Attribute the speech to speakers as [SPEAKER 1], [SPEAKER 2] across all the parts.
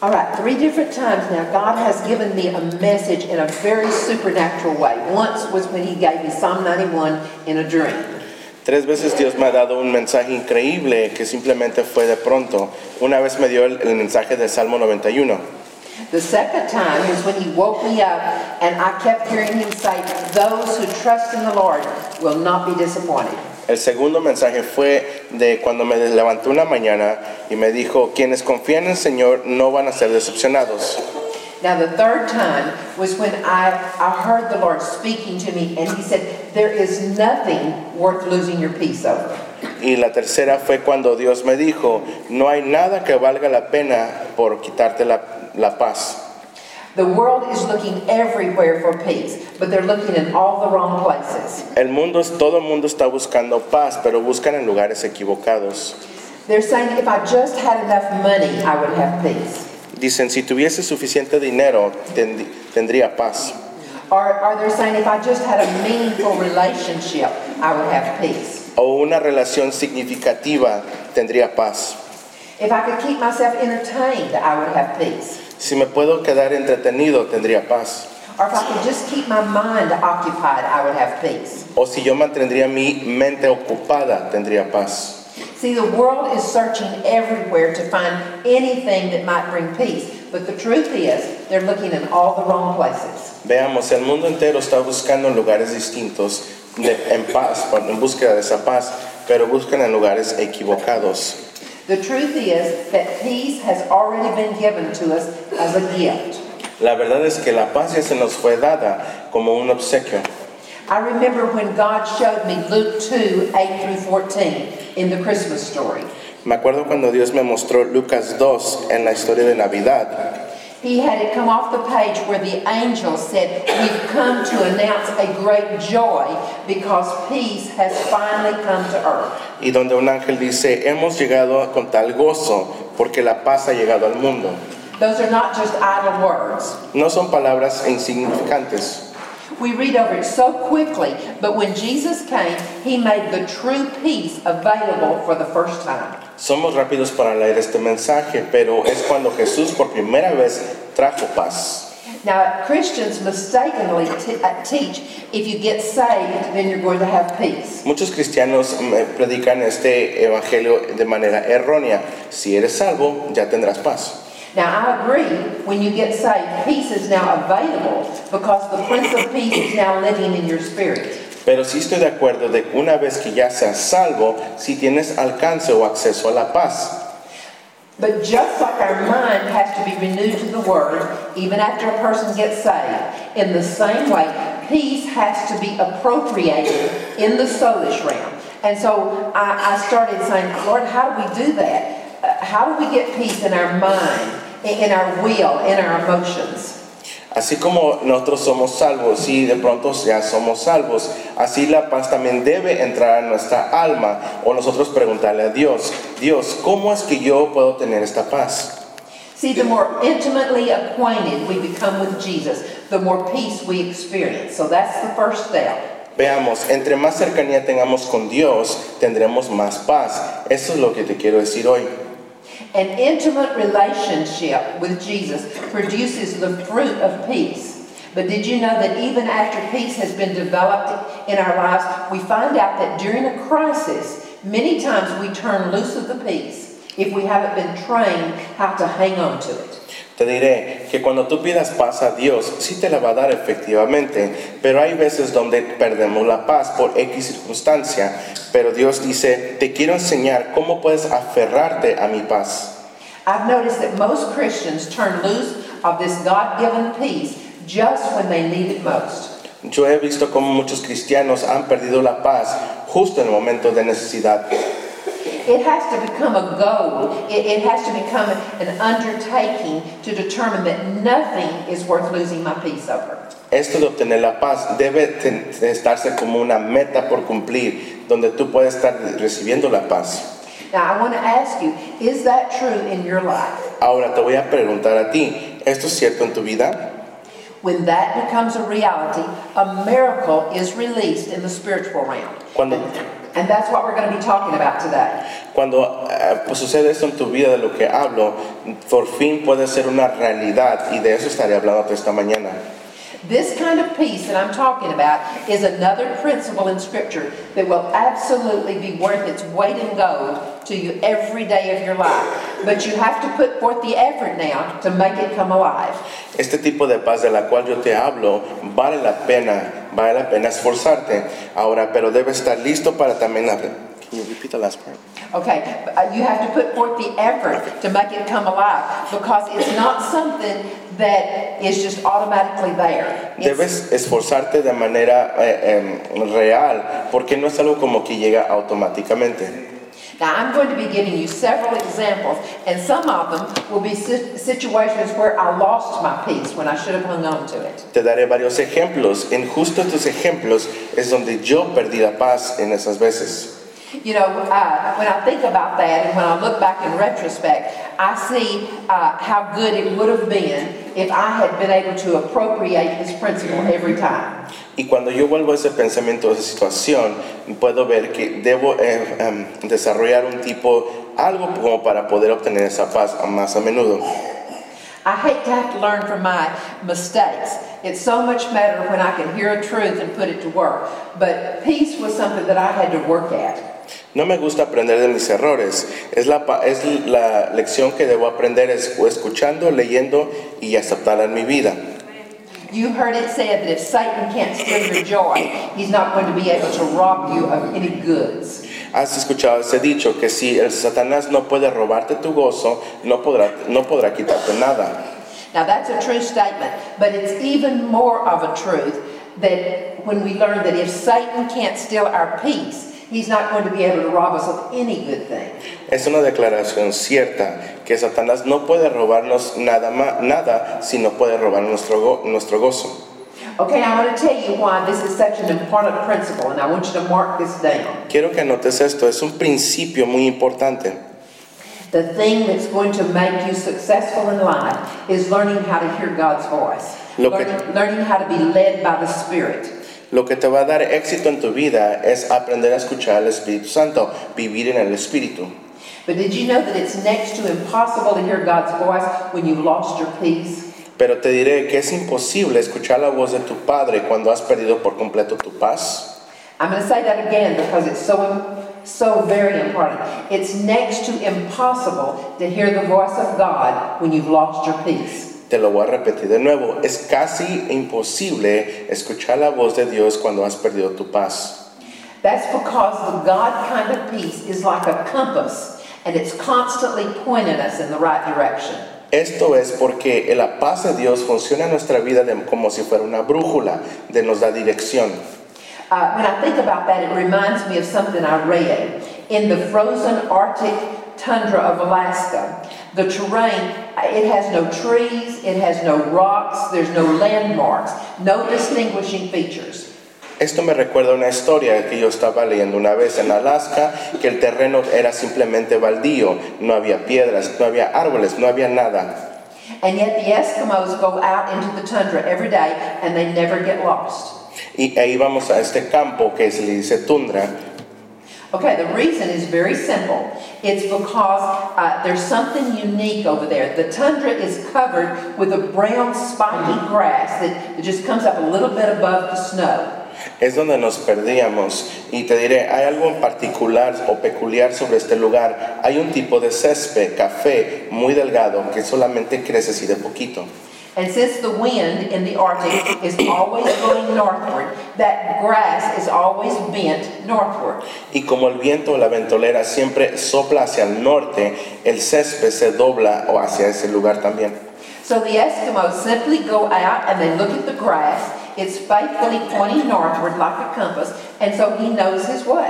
[SPEAKER 1] All right, three different times now, God has given me a message in a very supernatural way. Once was when He gave me Psalm 91 in a dream.
[SPEAKER 2] Tres veces Dios me ha dado un mensaje increíble que simplemente fue de pronto. Una vez me dio el, el mensaje del Salmo 91.
[SPEAKER 1] The second time is when He woke me up and I kept hearing Him say, Those who trust in the Lord will not be disappointed.
[SPEAKER 2] El segundo mensaje fue de cuando me levantó una mañana y me dijo, quienes confían en el Señor no van a ser decepcionados.
[SPEAKER 1] Now, the third time was when I, I heard the Lord speaking to me and He said, There is nothing worth losing your peace over.
[SPEAKER 2] Y la tercera fue cuando Dios me dijo, no hay nada que valga la pena por quitarte la, la paz.
[SPEAKER 1] The world is looking everywhere for peace, but they're looking in all the wrong places.
[SPEAKER 2] El mundo, es- todo el mundo está buscando paz, pero buscan en lugares equivocados.
[SPEAKER 1] They're saying, If I just had enough money, I would have peace.
[SPEAKER 2] Dicen, si tuviese suficiente dinero, tendi- tendría paz.
[SPEAKER 1] Or, or they're saying, If I just had a meaningful relationship, I would have peace.
[SPEAKER 2] O una relación significativa, tendría paz.
[SPEAKER 1] If I could keep myself entertained, I would have peace.
[SPEAKER 2] Si me puedo quedar entretenido, tendría paz.
[SPEAKER 1] Or if I could just keep my mind occupied, I would have peace.
[SPEAKER 2] O si yo mantendría mi mente ocupada, tendría paz.
[SPEAKER 1] See, the world is searching everywhere to find anything that might bring peace, but the truth is, they're looking in all the wrong places.
[SPEAKER 2] Veamos, el mundo entero está buscando en lugares distintos, de- en paz, en búsqueda de esa paz, pero buscan en lugares equivocados.
[SPEAKER 1] The truth is that peace has already been given to us as a gift.
[SPEAKER 2] La verdad es que la paz ya se nos fue dada como un obsequio.
[SPEAKER 1] I remember when God showed me Luke 2 8 through 14 in the Christmas story.
[SPEAKER 2] Me acuerdo cuando Dios me mostró Lucas 2 en la historia de Navidad.
[SPEAKER 1] He had it come off the page where the angel said, We've come to announce a great joy because peace has finally come to earth.
[SPEAKER 2] y donde un ángel dice, hemos llegado con tal gozo porque la paz ha llegado al mundo.
[SPEAKER 1] Those are not just idle words.
[SPEAKER 2] No son palabras insignificantes.
[SPEAKER 1] We read over it so quickly, but when Jesus came, he made the true peace available for the first time.
[SPEAKER 2] Somos rápidos para leer este mensaje, pero es cuando Jesús por primera vez trajo paz.
[SPEAKER 1] Now, Christians mistakenly t- uh, teach if you get saved, then you're going to have peace.
[SPEAKER 2] Muchos cristianos mm, eh, predican este evangelio de manera errónea. Si eres salvo, ya tendrás paz.
[SPEAKER 1] Now, I agree, when you get saved, peace is now available because the Prince of Peace is now living in your spirit.
[SPEAKER 2] Pero sí estoy de acuerdo de que una vez que ya seas salvo, si tienes alcance o acceso a la paz,
[SPEAKER 1] But just like our mind has to be renewed to the Word, even after a person gets saved, in the same way, peace has to be appropriated in the soulish realm. And so I, I started saying, Lord, how do we do that? Uh, How do we get peace in our mind, in in our will, in our emotions?
[SPEAKER 2] Así como nosotros somos salvos y de pronto ya somos salvos, así la paz también debe entrar a nuestra alma o nosotros preguntarle a Dios, Dios, ¿cómo es que yo puedo tener esta paz?
[SPEAKER 1] See, the more intimately acquainted we become with Jesus, the more peace we experience. So that's the first step.
[SPEAKER 2] Veamos, entre más cercanía tengamos con Dios, tendremos más paz. Eso es lo que te quiero decir hoy.
[SPEAKER 1] An intimate relationship with Jesus produces the fruit of peace. But did you know that even after peace has been developed in our lives, we find out that during a crisis, many times we turn loose of the peace if we haven't been trained how to hang on to it.
[SPEAKER 2] Te diré que cuando tú pidas paz a Dios, sí te la va a dar efectivamente, pero hay veces donde perdemos la paz por X circunstancia, pero Dios dice, te quiero enseñar cómo puedes aferrarte a mi paz.
[SPEAKER 1] I've noticed that most Christians turn loose of this God given peace just when they need it most.
[SPEAKER 2] Yo he visto cómo muchos cristianos han perdido la paz justo en el momento de necesidad.
[SPEAKER 1] It has to become a goal. It, it has to become an undertaking to determine that nothing is worth losing my peace over.
[SPEAKER 2] Esto de obtener la paz debe ten- estarse como una meta por cumplir, donde tú puedes estar recibiendo la paz.
[SPEAKER 1] Now, I want to ask you, is that true in your life?
[SPEAKER 2] Ahora te voy a preguntar a ti, ¿esto es cierto en tu vida?
[SPEAKER 1] When that becomes a reality, a miracle is released in the spiritual realm.
[SPEAKER 2] Cuando,
[SPEAKER 1] And that's what we're going to be talking about today.
[SPEAKER 2] Cuando eh, pues, sucede esto en tu vida de lo que hablo, por fin puede ser una realidad y de eso estaré hablando esta mañana.
[SPEAKER 1] This kind of peace that I'm talking about is another principle in Scripture that will absolutely be worth its weight in gold to you every day of your life. But you have to put forth the effort now to make it come alive.
[SPEAKER 2] Este tipo de paz de la cual yo te hablo vale la pena, vale la pena esforzarte ahora, pero debes estar listo para también la... Can you repeat the last part?
[SPEAKER 1] Okay, but, uh, you have to put forth the effort to make it come alive because it's not something that is just automatically there. It's-
[SPEAKER 2] Debes esforzarte de manera eh, em, real, porque no es algo como que llega automáticamente.
[SPEAKER 1] Now, I'm going to be giving you several examples, and some of them will be si- situations where I lost my peace when I should have hung on to it.
[SPEAKER 2] Te daré varios ejemplos. En justo estos ejemplos es donde yo perdí la paz en esas veces.
[SPEAKER 1] You know, uh, when I think about that and when I look back in retrospect, I see uh, how good it would have been if I had been able to appropriate this principle every time.
[SPEAKER 2] Y cuando yo vuelvo a ese pensamiento, a esa situación, puedo ver que debo eh, em, desarrollar un tipo, algo como para poder obtener esa paz más a menudo.
[SPEAKER 1] I hate to have to learn from my mistakes. It's so much better when I can hear a truth and put it to work. But peace was something that I had to work at.
[SPEAKER 2] No me gusta aprender de mis errores. Es la, pa- es la lección que debo aprender es, escuchando, leyendo y aceptarla en mi vida.
[SPEAKER 1] You heard it said that if Satan can't steal your joy, he's not going to be able to rob you of any goods.
[SPEAKER 2] Has escuchado ese dicho que si el Satanás no puede robarte tu gozo, no podrá, no podrá quitarte nada.
[SPEAKER 1] Now, that's a true statement, but it's even more of a truth that when we learn that if Satan can't steal our peace, he's not going to be able to rob us of any good thing.
[SPEAKER 2] Es una declaración cierta que Satanás no puede robarnos nada, ma- nada si no puede robar nuestro, go- nuestro gozo.
[SPEAKER 1] Okay, I want to tell you why this is such an important principle, and I want you to mark this down.
[SPEAKER 2] Quiero que anotes esto, es un principio muy importante.
[SPEAKER 1] The thing that's going to make you successful in life is learning how to hear God's voice,
[SPEAKER 2] Lo que-
[SPEAKER 1] learning, learning how to be led by the Spirit.
[SPEAKER 2] Lo que te va a dar éxito en tu vida es aprender a escuchar al Espíritu Santo, vivir en el Espíritu.
[SPEAKER 1] But did you know that it's next to impossible to hear God's voice when you've lost your peace?
[SPEAKER 2] Pero te diré que es imposible escuchar la voz de tu Padre cuando has perdido por completo tu paz.
[SPEAKER 1] I'm going to say that again because it's so so very important. It's next to impossible to hear the voice of God when you've lost your peace.
[SPEAKER 2] Te lo voy a repetir de nuevo, es casi imposible escuchar la voz de Dios cuando has perdido tu paz.
[SPEAKER 1] That's because the God kind of peace is like a compass and it's constantly pointing us in the right direction.
[SPEAKER 2] Esto es porque la paz de Dios funciona en nuestra vida de- como si fuera una brújula, de nos da dirección.
[SPEAKER 1] Uh, when I think about that, it reminds me of something I read. In the frozen Arctic tundra of Alaska, the terrain, uh, it has no trees, it has no rocks, there's no landmarks, no distinguishing features.
[SPEAKER 2] Esto me recuerda a una historia que yo estaba leyendo una vez en Alaska, que el terreno era simplemente baldío, no había piedras, no había árboles, no había nada.
[SPEAKER 1] And yet the Eskimos go out into the tundra every day and they never get lost.
[SPEAKER 2] Y ahí vamos a este campo que se le dice tundra.
[SPEAKER 1] Okay, the reason is very simple. It's because uh, there's something unique over there. The tundra is covered with a brown spiky grass that, that just comes up a little bit above the snow.
[SPEAKER 2] Es donde nos perdíamos. Y te diré, hay algo en particular o peculiar sobre este lugar. Hay un tipo de césped, café, muy delgado, que solamente crece así de poquito.
[SPEAKER 1] And since the wind in the Arctic is always going northward, that grass is always bent northward.
[SPEAKER 2] Y como el viento o la ventolera siempre sopla hacia el norte, el césped se dobla o hacia ese lugar también.
[SPEAKER 1] So the Eskimos simply go out and they look at the grass. It's faithfully pointing northward like a compass, and so he knows his way.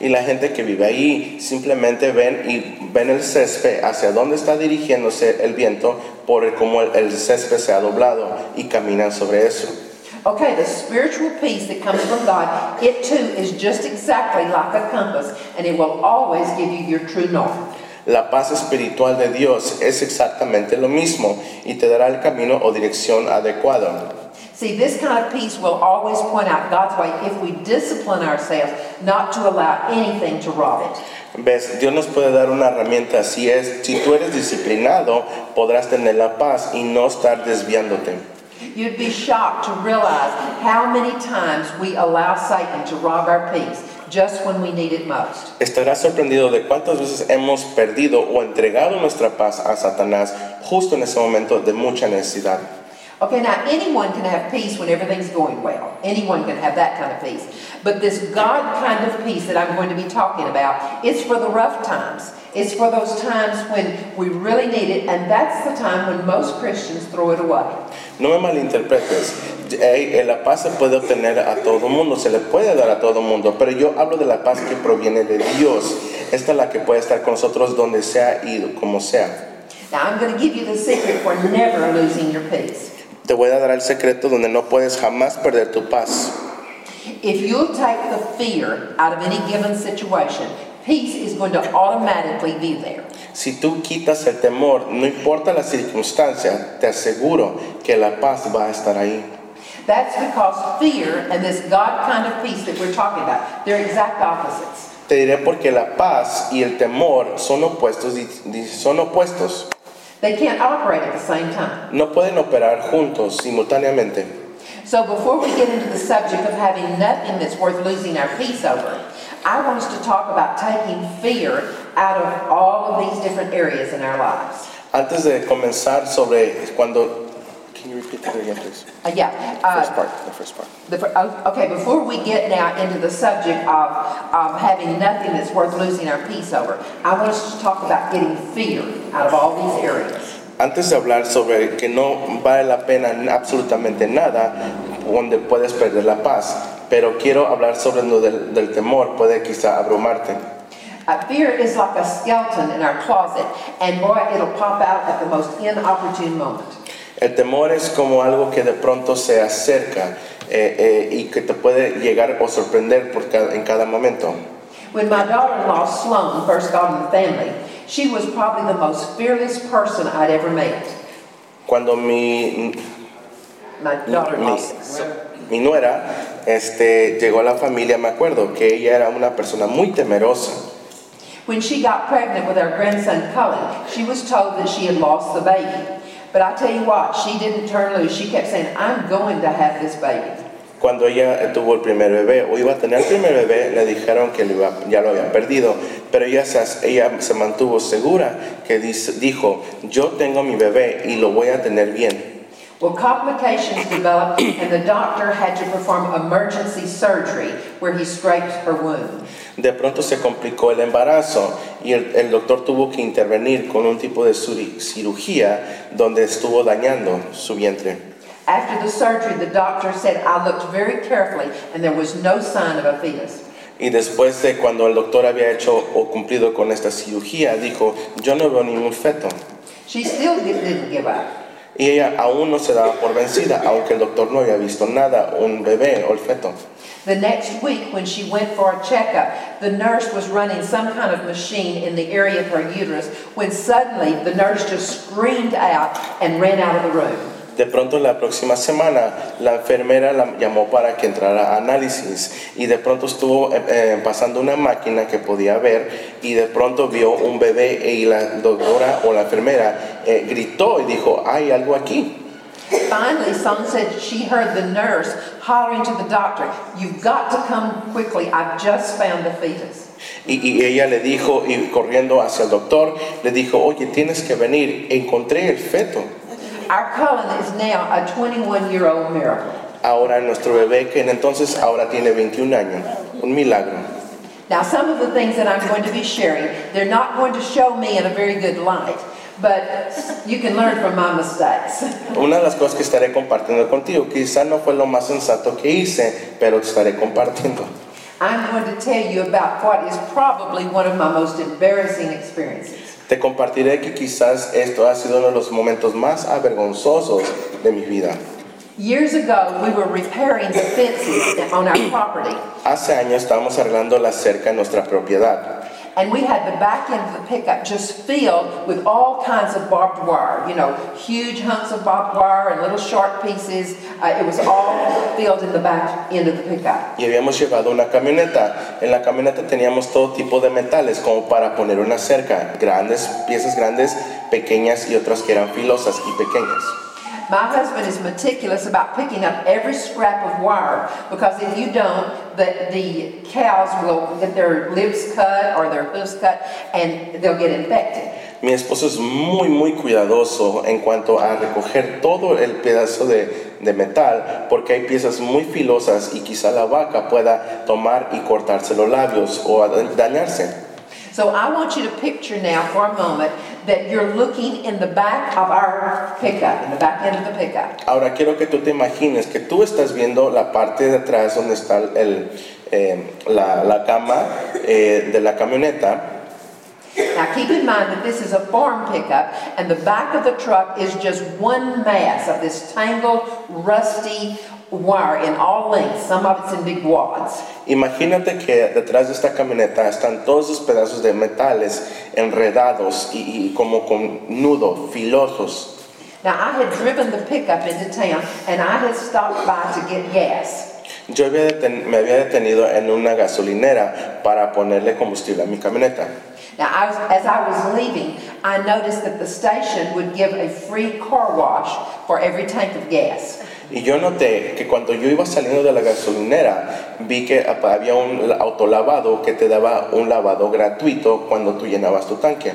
[SPEAKER 2] Y la gente que vive ahí simplemente ven y ven el césped hacia dónde está dirigiéndose el viento por el- cómo el, el césped se ha doblado y caminan sobre eso.
[SPEAKER 1] Okay, the spiritual peace that comes from God, it too is just exactly like a compass, and it will always give you your true north.
[SPEAKER 2] La paz espiritual de Dios es exactamente lo mismo y te dará el camino o dirección adecuado.
[SPEAKER 1] See, this kind of peace will always point out God's way if we discipline ourselves not to allow anything to rob it.
[SPEAKER 2] ¿Ves? Dios nos puede dar una herramienta. Si, es, si tú eres disciplinado, podrás tener la paz y no estar desviándote.
[SPEAKER 1] You'd be shocked to realize how many times we allow Satan to rob our peace just when we need it most.
[SPEAKER 2] Estarás sorprendido de cuántas veces hemos perdido o entregado nuestra paz a Satanás justo en ese momento de mucha necesidad.
[SPEAKER 1] Okay, now anyone can have peace when everything's going well. Anyone can have that kind of peace. But this God kind of peace that I'm going to be talking about, it's for the rough times. It's for those times when we really need it, and that's the time when most Christians throw it away.
[SPEAKER 2] No me malinterpretes. Eh, eh, La paz se puede obtener a todo mundo, se le puede dar a todo mundo, pero yo hablo de la paz que proviene de Dios. Esta es la que puede estar con nosotros donde sea y como sea.
[SPEAKER 1] Now, I'm going to give you the secret for never losing your peace.
[SPEAKER 2] Te voy a dar el secreto donde no puedes jamás perder tu paz.
[SPEAKER 1] If you'll take the fear out of any given situation, peace is going to automatically be there.
[SPEAKER 2] Si tú quitas el temor, no importa la circunstancia, te aseguro que la paz va a estar ahí.
[SPEAKER 1] That's because fear and this God kind of peace that we're talking about, they're exact opposites.
[SPEAKER 2] Te diré porque la paz y el temor son opuestos, y- y son opuestos.
[SPEAKER 1] They can't operate at the same time.
[SPEAKER 2] No pueden operar juntos simultáneamente.
[SPEAKER 1] So before we get into the subject of having nothing that's worth losing our peace over, I want us to talk about taking fear out of all of these different areas in our lives.
[SPEAKER 2] Antes de comenzar sobre cuando Can you repeat that again, please?
[SPEAKER 1] Uh, yeah,
[SPEAKER 2] First
[SPEAKER 1] uh,
[SPEAKER 2] part, the first part.
[SPEAKER 1] The, fir- oh, okay, before we get now into the subject of, of having nothing that's worth losing our peace over, I want us to talk about getting fear out of all these areas.
[SPEAKER 2] Antes de hablar sobre que no vale la pena absolutamente nada donde puedes perder la paz, pero quiero hablar sobre lo del, del temor, puede quizá abrumarte.
[SPEAKER 1] Uh, fear is like a skeleton in our closet, and boy, it'll pop out at the most inopportune moment.
[SPEAKER 2] El temor es como algo que de pronto se acerca eh, eh, y que te puede llegar o sorprender por ca- en cada momento.
[SPEAKER 1] When my daughter-in-law Sloan first got in the family, she was probably the most fearless person I'd ever met.
[SPEAKER 2] Cuando mi,
[SPEAKER 1] My
[SPEAKER 2] mi,
[SPEAKER 1] daughter-in-law.
[SPEAKER 2] mi nuera este, llegó a la familia, me acuerdo que ella era una persona muy temerosa.
[SPEAKER 1] When she got pregnant with our grandson Cullen, she was told that she had lost the baby. But I tell you what, she didn't turn loose. She kept saying, I'm going to have this baby.
[SPEAKER 2] Cuando ella tuvo el primer bebé o iba a tener el primer bebé, le dijeron que lo iba- ya lo había perdido, pero ella se, ella se mantuvo segura que dice- dijo, yo tengo mi bebé y lo voy a tener bien.
[SPEAKER 1] Well, complications developed, and the doctor had to perform emergency surgery where he scraped her womb.
[SPEAKER 2] De pronto se complicó el embarazo y el, el doctor tuvo que intervenir con un tipo de suri- cirugía donde estuvo dañando su vientre.
[SPEAKER 1] After the surgery, the doctor said, I looked very carefully, and there was no sign of a fetus.
[SPEAKER 2] Y después de cuando el doctor había hecho o cumplido con esta cirugía, dijo, yo no veo ningún feto.
[SPEAKER 1] She still di- didn't give up.
[SPEAKER 2] Y ella aún no se daba por vencida, aunque el doctor no había visto nada, un bebé o el feto.
[SPEAKER 1] The next week, when she went for a checkup, the nurse was running some kind of machine in the area of her uterus when suddenly the nurse just screamed out and ran out of the room.
[SPEAKER 2] De pronto la próxima semana la enfermera la llamó para que entrara a análisis y de pronto estuvo eh, eh, pasando una máquina que podía ver y de pronto vio un bebé y la doctora o la enfermera eh, gritó y dijo, hay algo aquí.
[SPEAKER 1] Finally, someone said she heard the nurse hollering to the doctor, You've got to come quickly. I've just found the fetus.
[SPEAKER 2] Y, y ella le dijo, y corriendo hacia el doctor, le dijo, oye, tienes que venir, encontré el feto.
[SPEAKER 1] Our Cullen is now a 21 year old miracle.
[SPEAKER 2] Ahora nuestro bebé, que en entonces ahora tiene 21 años, un milagro.
[SPEAKER 1] Now, some of the things that I'm going to be sharing, they're not going to show me in a very good light, but you can learn from my mistakes.
[SPEAKER 2] Una de las cosas que estaré compartiendo contigo, quizá no fue lo más sensato que hice, pero te estaré compartiendo.
[SPEAKER 1] I'm going to tell you about what is probably one of my most embarrassing experiences.
[SPEAKER 2] Te compartiré que quizás esto ha sido uno de los momentos más avergonzosos de mi vida.
[SPEAKER 1] Years ago, we were repairing the fences on our property,
[SPEAKER 2] Hace años estábamos arreglando la cerca de nuestra propiedad.
[SPEAKER 1] And we had the back end of the pickup just filled with all kinds of barbed wire, you know, huge hunks of barbed wire and little sharp pieces. Uh, it was all filled in the back end of the pickup.
[SPEAKER 2] y habíamos llevado una camioneta. En la camioneta teníamos todo tipo de metales como para poner una cerca, grandes, piezas grandes, pequeñas y otras que eran filosas y pequeñas.
[SPEAKER 1] My husband is meticulous about picking up every scrap of wire because if you don't, the, the cows will get their lips cut or their hooves cut and they'll get infected.
[SPEAKER 2] Mi esposo es muy muy cuidadoso en cuanto a recoger todo el pedazo de, de metal porque hay piezas muy filosas y quizá la vaca pueda tomar y cortarse los labios o a- dañarse.
[SPEAKER 1] So I want you to picture now for a moment that you're looking in the back of our pickup, in the back end of the pickup.
[SPEAKER 2] Ahora quiero que tú te imagines que tú estás viendo la parte de atrás donde está el, eh, la, la cama eh, de la camioneta.
[SPEAKER 1] Now keep in mind that this is a farm pickup and the back of the truck is just one mass of this tangled, rusty wire in all lengths. Some of it's in big wads.
[SPEAKER 2] Imagínate que detrás de esta camioneta están todos los pedazos de metales enredados y, y como con nudo, filosos.
[SPEAKER 1] Now, I had driven the pickup into town and I had stopped by to get gas.
[SPEAKER 2] Yo había deten- me había detenido en una gasolinera para ponerle combustible a mi camioneta.
[SPEAKER 1] Now, I was, as I was leaving, I noticed that the station would give a free car wash for every tank of gas.
[SPEAKER 2] Y yo noté que cuando yo iba saliendo de la gasolinera, vi que ap- había un la- autolavado que te daba un lavado gratuito cuando tú llenabas tu tanque.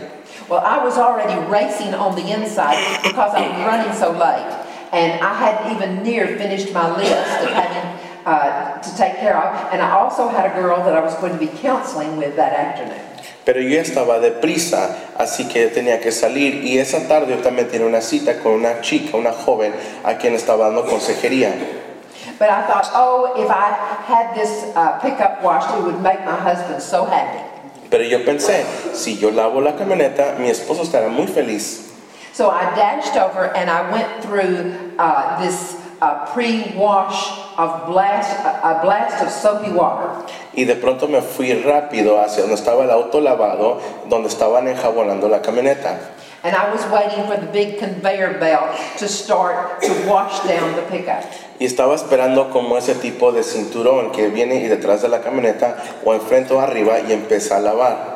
[SPEAKER 1] Well, I was already racing on the inside because I was running so late. And I hadn't even near finished my list of having uh, to take care of. And I also had a girl that I was going to be counseling with that afternoon.
[SPEAKER 2] Pero yo ya estaba deprisa, así que tenía que salir. Y esa tarde yo también tenía una cita con una chica, una joven, a quien estaba dando consejería.
[SPEAKER 1] But I thought, oh, if I had this uh, pickup washed, it would make my husband so happy.
[SPEAKER 2] Pero yo pensé, si yo lavo la camioneta, mi esposo estará muy feliz.
[SPEAKER 1] So I dashed over and I went through uh, this uh, pre-wash of blast, a a blast of soapy water.
[SPEAKER 2] Y de pronto me fui rápido hacia donde estaba el autolavado, donde estaban enjabonando la camioneta.
[SPEAKER 1] And I was waiting for the big conveyor belt to start to wash down the pickup.
[SPEAKER 2] Y estaba esperando como ese tipo de cinturón que viene y detrás de la camioneta o enfrente o arriba y empieza a lavar.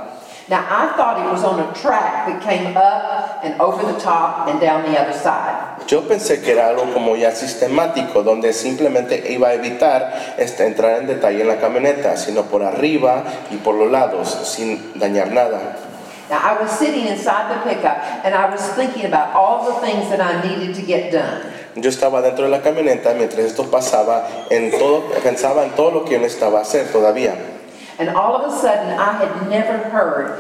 [SPEAKER 1] Now I thought it was on a track that came up and over the top and down the other side.
[SPEAKER 2] Yo pensé que era algo como ya sistemático, donde simplemente iba a evitar este, entrar en detalle en la camioneta, sino por arriba y por los lados, sin dañar nada.
[SPEAKER 1] Now I was sitting inside the pickup and I was thinking about all the things that I needed to get done.
[SPEAKER 2] Yo estaba dentro de la camioneta mientras esto pasaba, en todo, pensaba en todo lo que yo necesitaba hacer todavía.
[SPEAKER 1] And all of a sudden, I had never heard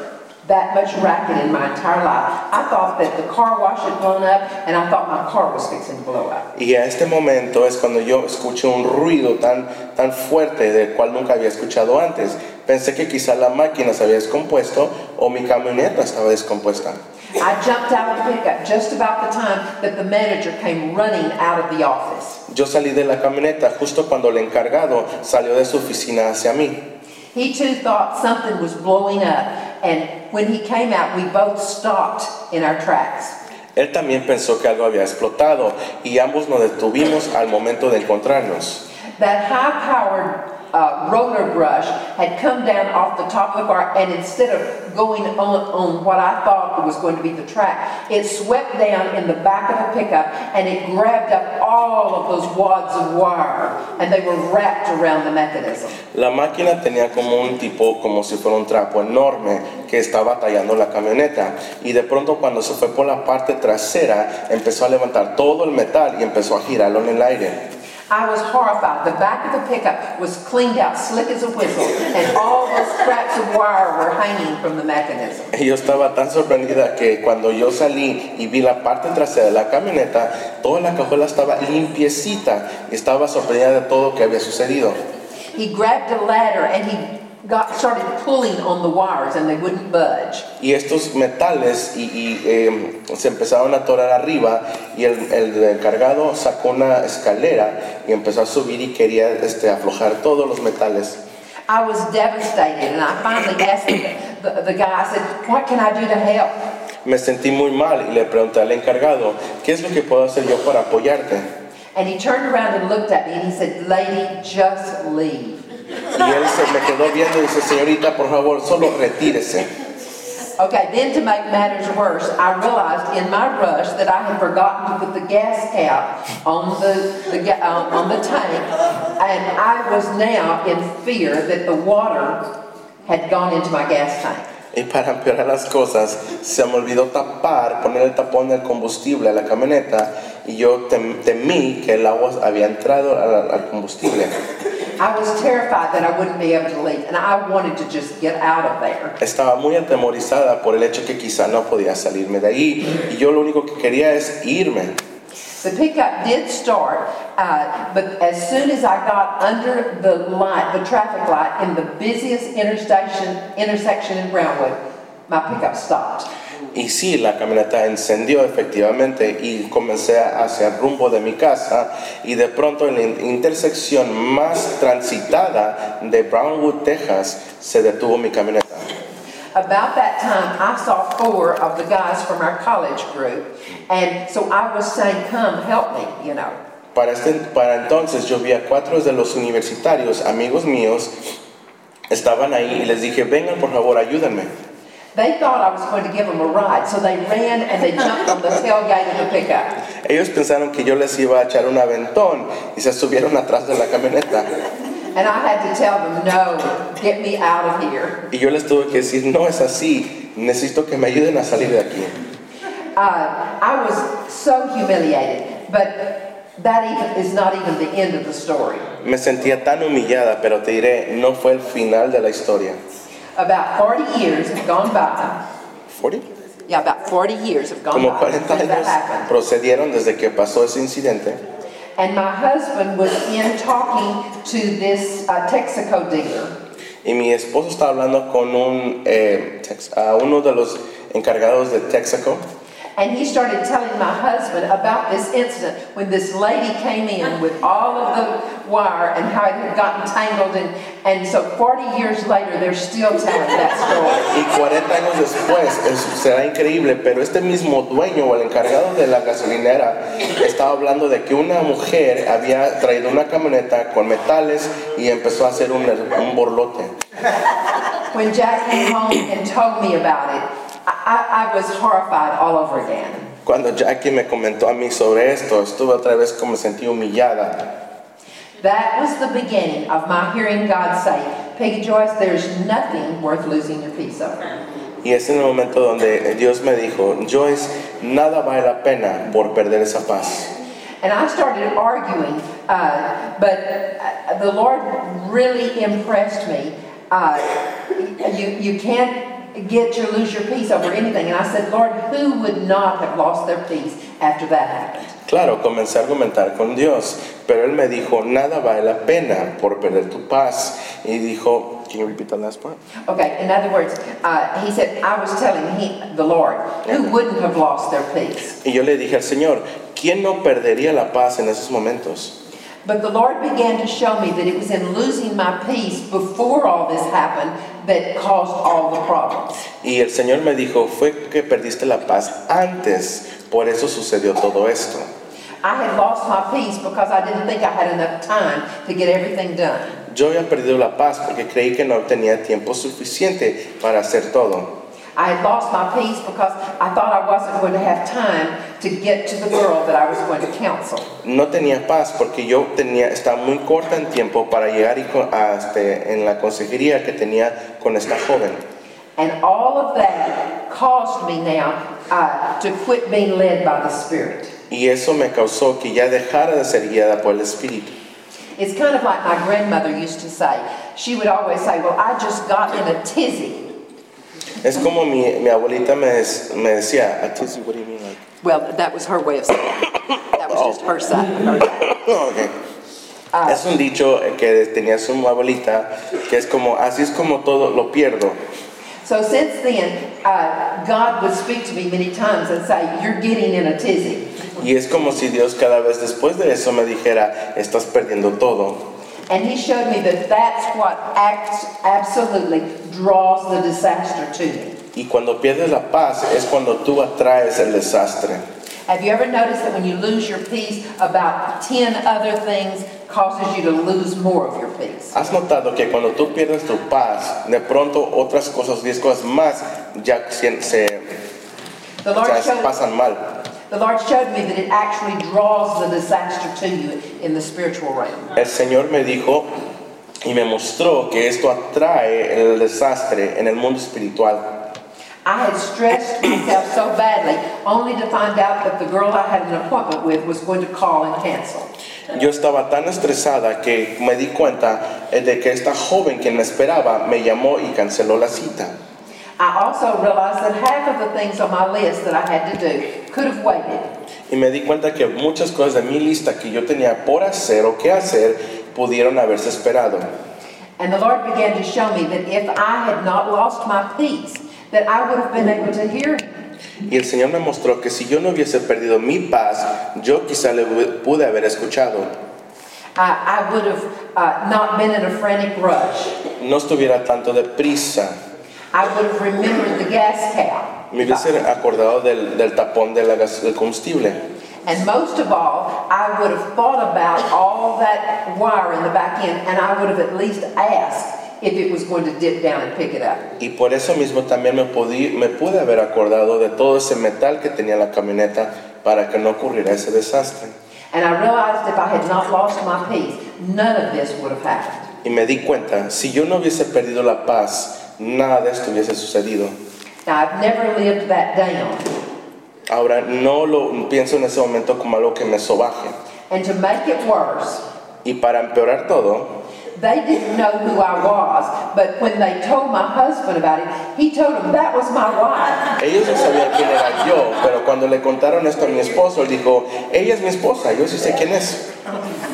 [SPEAKER 1] that much racket in my entire life. I thought that the car wash had blown up, and I thought my car was fixing to blow up.
[SPEAKER 2] Y a este momento es cuando yo escuché un ruido tan, tan fuerte del cual nunca había escuchado antes. Pensé que quizá la máquina se había descompuesto o mi camioneta estaba descompuesta.
[SPEAKER 1] I jumped out of the pickup just about the time that the manager came running out of the office.
[SPEAKER 2] Yo salí de la camioneta justo cuando el encargado salió de su oficina hacia mí.
[SPEAKER 1] He too thought something was blowing up, and when he came out, we both stopped in our tracks.
[SPEAKER 2] Él también pensó que algo había explotado y ambos nos detuvimos al momento de encontrarnos.
[SPEAKER 1] That high powered uh, roller brush had come down off the top of the car, and instead of going on, on what I thought was going to be the track, it swept down in the back of the pickup and it grabbed up all of those wads of wire, and they were wrapped around the mechanism.
[SPEAKER 2] La máquina tenía como un tipo, como si fuera un trapo enorme que estaba tallando la camioneta. Y de pronto cuando se fue por la parte trasera, empezó a levantar todo el metal y empezó a girarlo en el aire.
[SPEAKER 1] I was horrified. The back of the pickup was cleaned out slick as a whistle, and all those scraps of wire were hanging from the mechanism.
[SPEAKER 2] Y yo estaba tan sorprendida que cuando yo salí y vi la parte trasera de la camioneta, toda la cajuela estaba limpiecita y estaba sorprendida de todo lo que había sucedido.
[SPEAKER 1] He grabbed a ladder and he got started pulling on the wires, and they wouldn't budge.
[SPEAKER 2] Y estos metales y, y, eh, se empezaron a atorar arriba y el, el encargado sacó una escalera y empezó a subir y quería este, aflojar todos los metales.
[SPEAKER 1] I was devastated, and I finally asked the, the, the guy, I said, what can I do to help?
[SPEAKER 2] Me sentí muy mal y le pregunté al encargado, ¿qué es lo que puedo hacer yo para apoyarte?
[SPEAKER 1] And he turned around and looked at me and he said, lady, just leave.
[SPEAKER 2] Y él se me quedó viendo y dice, señorita, por favor, solo retírese.
[SPEAKER 1] Okay, then to make matters worse, I realized in my rush that I had forgotten to put the gas cap on the, the ga- uh, on the tank, and I was now in fear that the water had gone into my gas tank.
[SPEAKER 2] Y para empeorar las cosas, se me olvidó tapar, poner el tapón del combustible a la camioneta y yo tem- temí que el agua había entrado al, al combustible.
[SPEAKER 1] I was terrified that I wouldn't be able to leave, and I wanted to just get out of there.
[SPEAKER 2] Estaba muy atemorizada por el hecho que quizá no podía salirme de ahí y yo lo único que quería es irme.
[SPEAKER 1] The pickup did start, uh, but as soon as I got under the light, the traffic light in the busiest interstation intersection in Brownwood, my pickup stopped.
[SPEAKER 2] Y sí, la camioneta encendió efectivamente y comencé hacia el rumbo de mi casa y de pronto en la in- intersección más transitada de Brownwood, Texas, se detuvo mi camioneta.
[SPEAKER 1] About that time, I saw four of the guys from our college group, and so I was saying, "Come, help me," you know.
[SPEAKER 2] Para, este- para entonces yo vi a cuatro de los universitarios, amigos míos, estaban ahí y les dije, vengan por favor, ayúdenme.
[SPEAKER 1] They thought I was going to give them a ride, so they ran and they jumped on the tailgate of the pickup.
[SPEAKER 2] Ellos pensaron que yo les iba a echar un aventón y se subieron atrás de la camioneta.
[SPEAKER 1] And I had to tell them, "No, get me out of here."
[SPEAKER 2] Y yo les tuve que decir, no es así, necesito que me ayuden a salir de aquí.
[SPEAKER 1] Uh, I was so humiliated, but that even is not even the end of the story.
[SPEAKER 2] Me sentía tan humillada, pero te diré, no fue el final de la historia.
[SPEAKER 1] About 40 years have gone by.
[SPEAKER 2] ¿40?
[SPEAKER 1] Yeah, about 40 years have gone
[SPEAKER 2] Como
[SPEAKER 1] by
[SPEAKER 2] 40
[SPEAKER 1] since that
[SPEAKER 2] años
[SPEAKER 1] happened.
[SPEAKER 2] procedieron desde que pasó ese incidente.
[SPEAKER 1] And my husband was in talking to this uh, Texaco dealer.
[SPEAKER 2] Y mi esposo estaba hablando con un, eh, tex- a uno de los encargados de Texaco.
[SPEAKER 1] And he started telling my husband about this incident when this lady came in with all of the wire and how it had gotten tangled. And, and so 40 years later, they're still telling that story.
[SPEAKER 2] Y 40 años después, es- será increíble, pero este mismo dueño o el encargado de la gasolinera estaba hablando de que una mujer había traído una camioneta con metales y empezó a hacer un, er, un borlote.
[SPEAKER 1] When Jack came home and told me about it, I, I, I was horrified all over again.
[SPEAKER 2] Cuando Jackie me comentó a mí sobre esto, estuve otra vez como me sentí humillada.
[SPEAKER 1] That was the beginning of my hearing God say, Peggy Joyce, there's nothing worth losing your peace over.
[SPEAKER 2] Y es en el momento donde Dios me dijo, Joyce, nada vale la pena por perder esa paz.
[SPEAKER 1] And I started arguing, uh, but uh, the Lord really impressed me. Uh, you, you can't get your lose your peace over anything. And I said, Lord, who would not have lost their peace after that happened?
[SPEAKER 2] Claro, comencé a argumentar con Dios, pero Él me dijo, nada vale la pena por perder tu paz. Y dijo, Can you repeat that last part?
[SPEAKER 1] Okay, in other words, uh, he said, I was telling he, the Lord, who wouldn't have lost their peace?
[SPEAKER 2] Y yo le dije al Señor, ¿quién no perdería la paz en esos momentos?
[SPEAKER 1] But the Lord began to show me that it was in losing my peace before all this happened that caused all the problems.
[SPEAKER 2] Y el Señor me dijo, fue que perdiste la paz antes, por eso sucedió todo esto.
[SPEAKER 1] I had lost my peace because I didn't think I had enough time to get everything done.
[SPEAKER 2] Yo había perdido la paz porque creí que no tenía tiempo suficiente para hacer todo.
[SPEAKER 1] I had lost my peace because I thought I wasn't going to have time to get to the girl that I was going to counsel.
[SPEAKER 2] No tenía paz porque yo tenía, estaba muy corta en tiempo para llegar y co- a, este, en la consejería que tenía con esta joven.
[SPEAKER 1] And all of that caused me now uh, to quit being led by the Spirit.
[SPEAKER 2] Y eso me causó que ya dejara de ser guiada por el Espíritu.
[SPEAKER 1] It's kind of like my grandmother used to say. She would always say, Well, I just got in a tizzy.
[SPEAKER 2] Es como mi, mi abuelita me, des- me decía, "A tizzy, what do you mean, like-"
[SPEAKER 1] Well, that was her way of saying it. That was just her side. of her-
[SPEAKER 2] No, ok. Es un dicho eh, que tenía su abuelita, que es como, así es como todo lo pierdo.
[SPEAKER 1] So since then, uh, God would speak to me many times and say, You're getting in a tizzy.
[SPEAKER 2] Y es como si Dios cada vez después de eso me dijera, estás perdiendo todo.
[SPEAKER 1] And he showed me that that's what acts absolutely draws the disaster to me.
[SPEAKER 2] Y cuando pierdes la paz es cuando tú atraes el desastre.
[SPEAKER 1] Have you ever noticed that when you lose your peace, about 10 other things causes you to lose more of your peace?
[SPEAKER 2] ¿Has notado que cuando tú pierdes tu paz, de pronto otras cosas, 10 cosas más, ya se, se-
[SPEAKER 1] The Lord
[SPEAKER 2] ya se
[SPEAKER 1] showed,
[SPEAKER 2] pasan mal?
[SPEAKER 1] the Lord showed me that it actually draws the disaster to you in the spiritual realm.
[SPEAKER 2] El Señor me dijo y me mostró que esto atrae el desastre en el mundo espiritual.
[SPEAKER 1] I had stressed myself so badly, only to find out that the girl I had an appointment with was going to call and cancel.
[SPEAKER 2] Yo estaba tan estresada que me di cuenta eh, de que esta joven quien me esperaba me llamó y canceló la cita.
[SPEAKER 1] I also realized that half of the things on my list that I had to do could have waited.
[SPEAKER 2] Y me di cuenta que muchas cosas de mi lista que yo tenía por hacer o que hacer pudieron haberse esperado.
[SPEAKER 1] And the Lord began to show me that if I had not lost my peace, that I would have been able to hear Him.
[SPEAKER 2] Y el Señor me mostró que si yo no hubiese perdido mi paz, yo quizá le hu- pude haber escuchado.
[SPEAKER 1] I, I would have uh, not been in a frantic rush.
[SPEAKER 2] No estuviera tanto deprisa.
[SPEAKER 1] I would have remembered the gas cap.
[SPEAKER 2] Me hubiese acordado del, del tapón de la gas- del combustible.
[SPEAKER 1] And most of all, I would have thought about all that wire in the back end, and I would have at least asked if it was going to dip down and pick it up.
[SPEAKER 2] Y por eso mismo también me, podí- me pude haber acordado de todo ese metal que tenía la camioneta para que no ocurriera ese desastre.
[SPEAKER 1] And I realized if I had not lost my peace, none of this would have happened.
[SPEAKER 2] Y me di cuenta, si yo no hubiese perdido la paz, nada de esto hubiese sucedido.
[SPEAKER 1] Now, I've never lived that down.
[SPEAKER 2] Ahora no lo pienso en ese momento como algo que me sobaje.
[SPEAKER 1] And to make it worse,
[SPEAKER 2] Y para empeorar todo,
[SPEAKER 1] they didn't know who I was, but when they told my husband about it, he told them that was my wife.
[SPEAKER 2] Ellos no sabían quién era yo, pero cuando le contaron esto a mi esposo, él dijo, ella es mi esposa, yo sí sé quién es.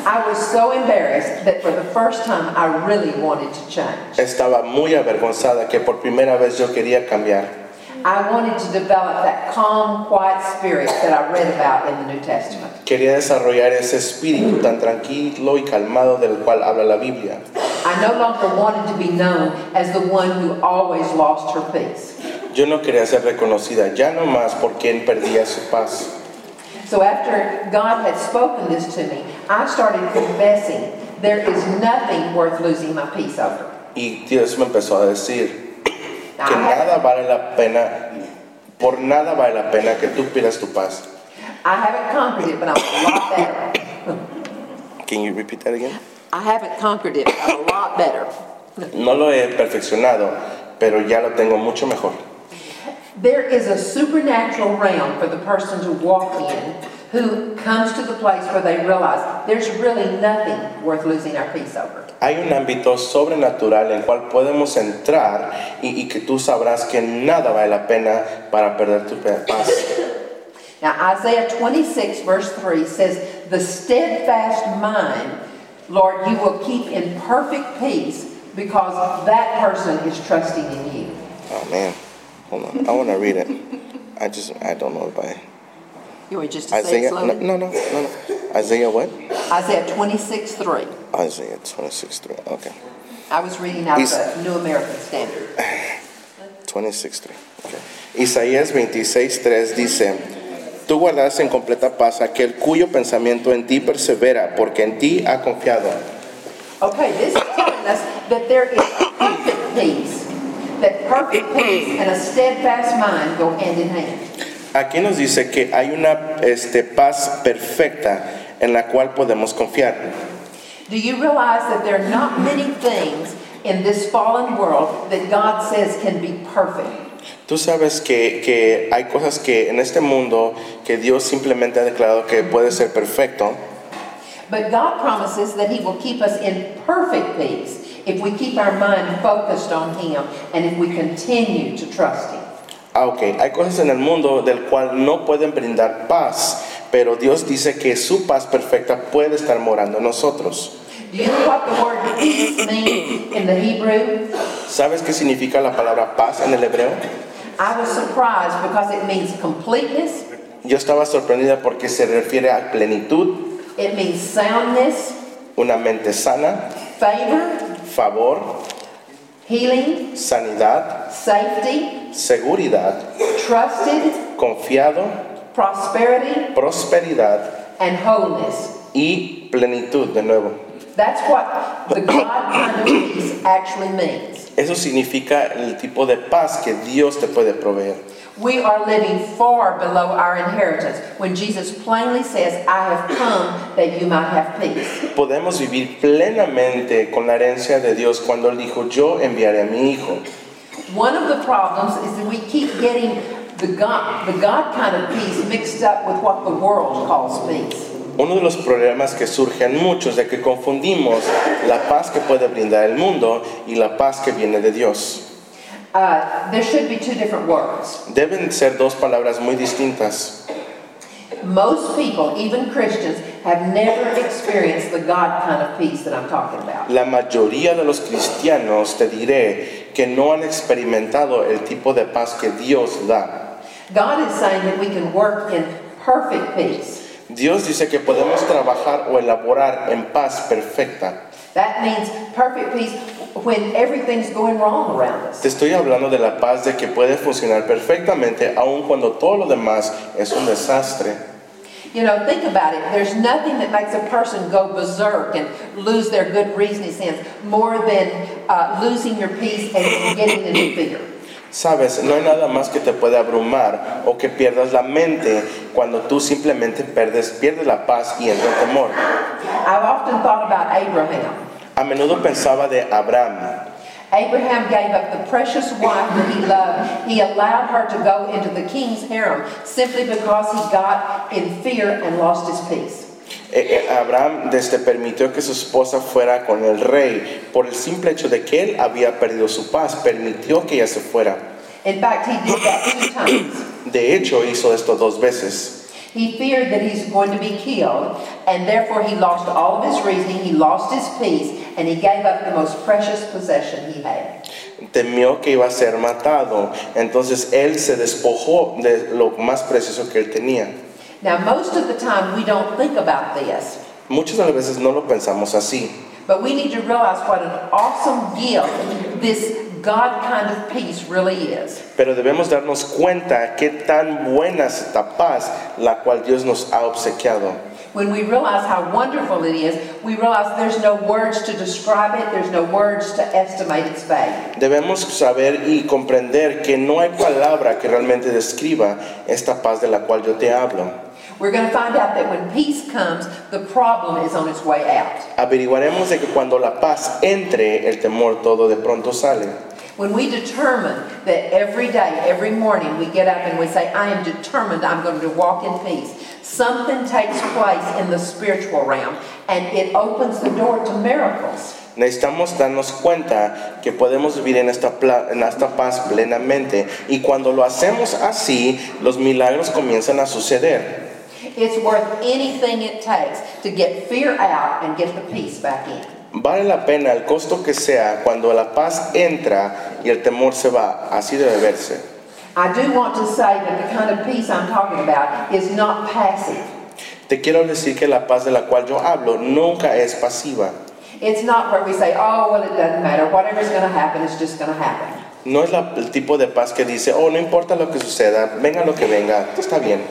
[SPEAKER 1] I was so embarrassed that for the first time I really wanted to change.
[SPEAKER 2] Estaba muy avergonzada que por primera vez yo quería cambiar.
[SPEAKER 1] I wanted to develop that calm, quiet spirit that I read about in the New Testament.
[SPEAKER 2] Quería desarrollar ese espíritu tan tranquilo y calmado del cual habla la Biblia.
[SPEAKER 1] I no longer wanted to be known as the one who always lost her peace.
[SPEAKER 2] Yo no quería ser reconocida ya no más por quien perdía su paz.
[SPEAKER 1] So after God had spoken this to me, I started confessing there is nothing worth losing my peace over.
[SPEAKER 2] Y Dios me empezó a decir
[SPEAKER 1] Now,
[SPEAKER 2] que
[SPEAKER 1] I, have,
[SPEAKER 2] nada vale la pena, por nada vale la pena que tú pierdas tu paz.
[SPEAKER 1] I haven't conquered it, but I'm a lot better.
[SPEAKER 2] Can you repeat that again?
[SPEAKER 1] I haven't conquered it, but I'm a lot better.
[SPEAKER 2] No lo he perfeccionado, pero ya lo tengo mucho mejor.
[SPEAKER 1] There is a supernatural realm for the person to walk in who comes to the place where they realize there's really nothing worth losing our peace over.
[SPEAKER 2] Hay un ámbito sobrenatural en el cual podemos entrar y, y que tú sabrás que nada vale la pena para perder tu pe- paz.
[SPEAKER 1] Now, Isaiah 26, verse 3 says, The steadfast mind, Lord, you will keep in perfect peace because that person is trusting in you.
[SPEAKER 2] Oh man, hold on. I want to read it. I just, I don't know if I.
[SPEAKER 1] You want just
[SPEAKER 2] Isaiah, no, no, no, no, no. Isaiah what?
[SPEAKER 1] Isaiah 26, 3.
[SPEAKER 2] Isaiah 26, 3. Okay.
[SPEAKER 1] I was reading out of
[SPEAKER 2] Is-
[SPEAKER 1] the New American Standard.
[SPEAKER 2] 26.3. ok. Isaías 26.3 dice, Tú guardarás en completa paz aquel cuyo pensamiento en ti persevera, porque en ti ha confiado.
[SPEAKER 1] Okay, this is telling us that there is perfect peace, that perfect peace and a steadfast mind go hand in hand.
[SPEAKER 2] Aquí nos dice que hay una este, paz perfecta en la cual podemos confiar.
[SPEAKER 1] Do you realize that there are not many things in this fallen world that God says can be perfect?
[SPEAKER 2] Tú sabes que, que hay cosas que en este mundo que Dios simplemente ha declarado que puede ser perfecto,
[SPEAKER 1] But God promises that He will keep us in perfect peace if we keep our mind focused on Him and if we continue to trust Him.
[SPEAKER 2] Ah, ok. Hay cosas en el mundo del cual no pueden brindar paz, pero Dios dice que su paz perfecta puede estar morando en nosotros.
[SPEAKER 1] Do you know what the word peace means in the Hebrew?
[SPEAKER 2] ¿Sabes qué significa la palabra paz en el hebreo?
[SPEAKER 1] I was surprised because it means completeness,
[SPEAKER 2] Yo estaba sorprendida porque se refiere a plenitud,
[SPEAKER 1] it means soundness,
[SPEAKER 2] una mente sana,
[SPEAKER 1] favor,
[SPEAKER 2] favor,
[SPEAKER 1] healing,
[SPEAKER 2] sanidad,
[SPEAKER 1] safety,
[SPEAKER 2] seguridad,
[SPEAKER 1] trusted,
[SPEAKER 2] confiado,
[SPEAKER 1] prosperity,
[SPEAKER 2] prosperidad
[SPEAKER 1] and wholeness.
[SPEAKER 2] y plenitud de nuevo.
[SPEAKER 1] That's what the God kind of peace actually means.
[SPEAKER 2] Eso significa el tipo de paz que Dios te puede proveer.
[SPEAKER 1] We are living far below our inheritance when Jesus plainly says, I have come that you might have peace.
[SPEAKER 2] Podemos vivir plenamente con la herencia de Dios cuando Él dijo, yo enviaré a mi hijo.
[SPEAKER 1] One of the problems is that we keep getting the God, the God kind of peace mixed up with what the world calls peace.
[SPEAKER 2] Uno de los problemas que surgen muchos de que confundimos la paz que puede brindar el mundo y la paz que viene de Dios.
[SPEAKER 1] Uh, there should be two different words.
[SPEAKER 2] Deben ser dos palabras muy distintas.
[SPEAKER 1] Most people, even Christians, have never experienced the God kind of peace that I'm talking about.
[SPEAKER 2] La mayoría de los cristianos, te diré, que no han experimentado el tipo de paz que Dios da.
[SPEAKER 1] God is saying that we can work in perfect peace.
[SPEAKER 2] Dios dice que podemos trabajar o elaborar en paz perfecta.
[SPEAKER 1] That means perfect peace when everything's going wrong around us.
[SPEAKER 2] Te estoy hablando de la paz de que puede funcionar perfectamente aun cuando todo lo demás es un desastre.
[SPEAKER 1] You know, think about it. There's nothing that makes a person go berserk and lose their good reasoning sense more than uh, losing your peace and getting into fear.
[SPEAKER 2] Sabes, no hay nada más que te puede abrumar o que pierdas la mente cuando tú simplemente perdes, pierdes la paz y entra el temor.
[SPEAKER 1] I've often thought about Abraham.
[SPEAKER 2] A menudo pensaba de Abraham.
[SPEAKER 1] Abraham gave up the precious wife that he loved. He allowed her to go into the king's harem simply because he got in fear and lost his peace.
[SPEAKER 2] Eh, eh, Abraham desde permitió que su esposa fuera con el rey por el simple hecho de que él había perdido su paz, permitió que ella se fuera.
[SPEAKER 1] In fact, he did that two times.
[SPEAKER 2] De hecho, hizo esto dos veces.
[SPEAKER 1] He feared that he's going to be killed, and therefore he lost all of his reasoning, he lost his peace, and he gave up the most precious possession he had.
[SPEAKER 2] Temió que iba a ser matado, entonces él se despojó de lo más precioso que él tenía.
[SPEAKER 1] Now, most of the time we don't think about this,
[SPEAKER 2] Muchas de las veces no lo pensamos así.
[SPEAKER 1] but we need to realize what an awesome gift this God kind of peace really is.
[SPEAKER 2] Pero debemos darnos cuenta qué tan buena es esta paz la cual Dios nos ha obsequiado.
[SPEAKER 1] When we realize how wonderful it is, we realize there's no words to describe it, there's no words to estimate its value.
[SPEAKER 2] Debemos saber y comprender que no hay palabra que realmente describa esta paz de la cual yo te hablo.
[SPEAKER 1] We're going to find out that when peace comes, the problem is on its way out.
[SPEAKER 2] Averiguaremos de que cuando la paz entre, el temor todo de pronto sale.
[SPEAKER 1] When we determine that every day, every morning, we get up and we say, I am determined I'm going to walk in peace, something takes place in the spiritual realm and it opens the door to miracles.
[SPEAKER 2] Necesitamos darnos cuenta que podemos vivir en esta, pla- en esta paz plenamente y cuando lo hacemos así, los milagros comienzan a suceder.
[SPEAKER 1] It's worth anything it takes to get fear out and get the peace back in.
[SPEAKER 2] Vale la pena el costo que sea cuando la paz entra y el temor se va, así debe verse.
[SPEAKER 1] I do want to say that the kind of peace I'm talking about is not passive.
[SPEAKER 2] Te quiero decir que la paz de la cual yo hablo nunca es pasiva.
[SPEAKER 1] It's not where we say, oh, well, it doesn't matter. Whatever's going to happen is just going to happen.
[SPEAKER 2] No es la- el tipo de paz que dice, oh, no importa lo que suceda, venga lo que venga, está bien.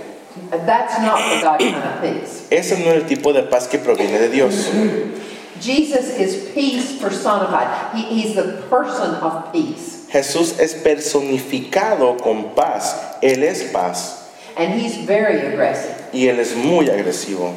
[SPEAKER 1] That's not the God kind of peace.
[SPEAKER 2] Ese no es el tipo de paz que proviene de Dios.
[SPEAKER 1] Jesus is peace personified, he, He's the person of peace.
[SPEAKER 2] Jesús es personificado con paz. Él es paz
[SPEAKER 1] And He's very aggressive.
[SPEAKER 2] y él es muy agresivo.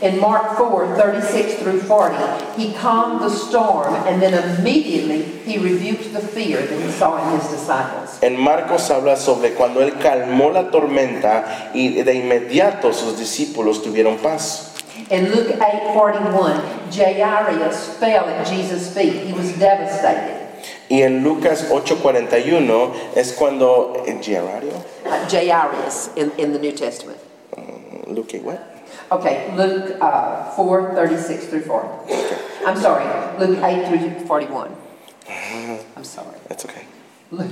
[SPEAKER 1] In Mark 4 36 through 40, He calmed the storm and then immediately He rebuked the fear that He saw in His disciples.
[SPEAKER 2] En Marcos habla sobre cuando él calmó la tormenta y de inmediato sus discípulos tuvieron paz.
[SPEAKER 1] In Luke 8 41, Jairus fell at Jesus' feet. He was devastated.
[SPEAKER 2] Y en Lucas 8:41 es cuando eh, Jairo,
[SPEAKER 1] Uh, Jairus in, in the New Testament.
[SPEAKER 2] Luke, what?
[SPEAKER 1] Okay, Luke uh, 4 36 through 40. I'm sorry, Luke 8 through 41. I'm sorry.
[SPEAKER 2] That's okay.
[SPEAKER 1] Luke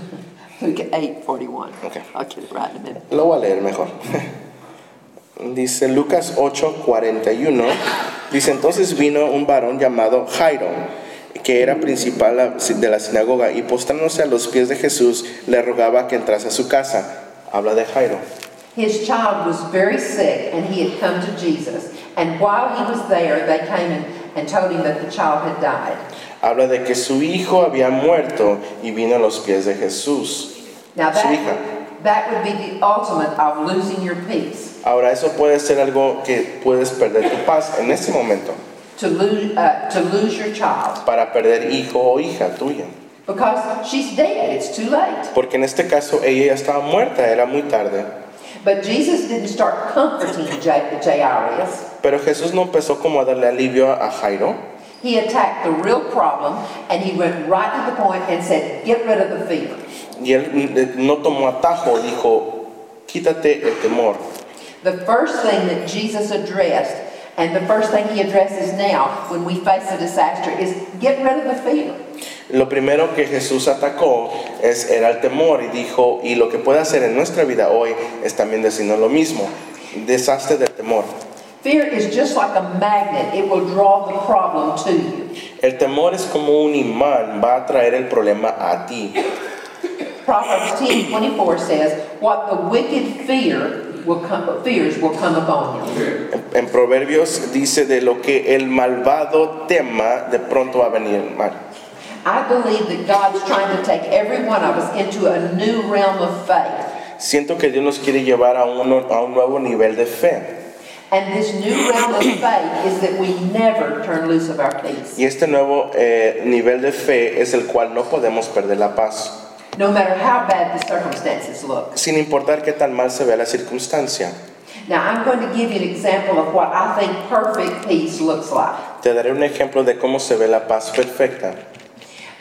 [SPEAKER 1] 8 41.
[SPEAKER 2] Okay.
[SPEAKER 1] I'll get it right in a minute.
[SPEAKER 2] Lo voy a leer mejor. Dice Lucas 8:41. Dice entonces vino un varón llamado Jairo, que era principal la- de la sinagoga, y postrándose a los pies de Jesús, le rogaba que entrase a su casa. Habla de Jairo.
[SPEAKER 1] His child was very sick, and he had come to Jesus. And while he was there, they came and, and told him that the child had died.
[SPEAKER 2] Habla de que su hijo había muerto y vino a los pies de Jesús.
[SPEAKER 1] Now
[SPEAKER 2] Su
[SPEAKER 1] that, that would be the ultimate of losing your peace.
[SPEAKER 2] Ahora eso puede ser algo que puedes perder tu paz en este momento,
[SPEAKER 1] To lose, uh, to lose your child
[SPEAKER 2] para perder hijo o hija tuya.
[SPEAKER 1] because she's dead. It's too late.
[SPEAKER 2] Porque en este caso ella ya estaba muerta, era muy tarde.
[SPEAKER 1] But Jesus didn't start comforting Ja- Jairus.
[SPEAKER 2] Pero Jesús no empezó como a darle alivio a Jairo,
[SPEAKER 1] He attacked the real problem and he went right to the point and said, Get rid of the fever.
[SPEAKER 2] y él eh, no tomó atajo, dijo, quítate el temor.
[SPEAKER 1] The first thing that Jesus addressed, and the first thing he addresses now when we face a disaster, is get rid of the fear.
[SPEAKER 2] Lo primero que Jesús atacó es, era el temor y dijo, y lo que puede hacer en nuestra vida hoy es también decirnos lo mismo, desastre del temor.
[SPEAKER 1] Fear is just like a magnet, it will draw the problem to you.
[SPEAKER 2] El temor es como un imán, va a traer el problema a ti.
[SPEAKER 1] Proverbs 10 24 says, What the wicked fear will come, fears will come upon him.
[SPEAKER 2] En, en Proverbios dice, de lo que el malvado tema, de pronto va a venir el mal.
[SPEAKER 1] I believe that God's trying to take every one of us into a new realm of faith.
[SPEAKER 2] Siento que Dios nos quiere llevar a, uno- a un nuevo nivel de fe.
[SPEAKER 1] And this new realm of faith is that we never turn loose of our peace.
[SPEAKER 2] Y este nuevo eh, nivel de fe es el cual no podemos perder la paz,
[SPEAKER 1] No matter how bad the circumstances look.
[SPEAKER 2] sin importar qué tan mal se vea la circunstancia.
[SPEAKER 1] Now, I'm going to give you an example of what I think perfect peace looks like.
[SPEAKER 2] Te daré un ejemplo de cómo se ve la paz perfecta.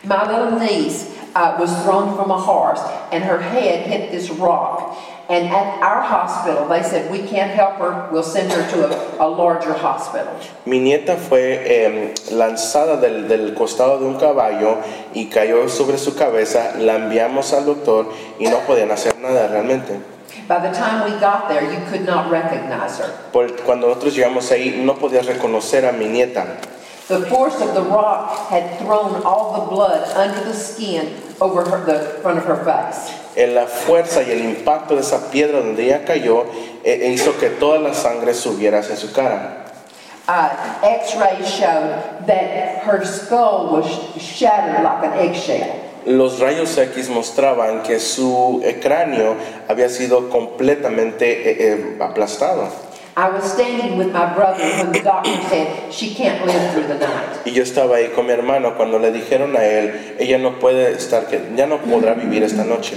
[SPEAKER 1] My little niece uh, was thrown from a horse, and her head hit this rock. And at our hospital, they said, We can't help her, we'll send her to a, a larger hospital.
[SPEAKER 2] Mi nieta fue eh, lanzada del, del costado de un caballo y cayó sobre su cabeza. La enviamos al doctor y no podían hacer nada realmente.
[SPEAKER 1] By the time we got there, you could not recognize her.
[SPEAKER 2] Por- cuando nosotros llegamos ahí no podías reconocer a mi nieta.
[SPEAKER 1] The force of the rock had thrown all the blood under the skin over her, the front of her face.
[SPEAKER 2] Eh, la fuerza y el impacto de esa piedra donde ella cayó eh, hizo que toda la sangre subiera hacia su cara.
[SPEAKER 1] uh, x-rays showed that her skull was shattered like an eggshell.
[SPEAKER 2] Los rayos X mostraban que su eh, cráneo había sido completamente eh, eh, aplastado.
[SPEAKER 1] I was standing with my brother when the doctor said she can't live through the night.
[SPEAKER 2] Y yo estaba ahí con mi hermano cuando le dijeron a él, ella no puede estar, que ya no podrá vivir esta noche.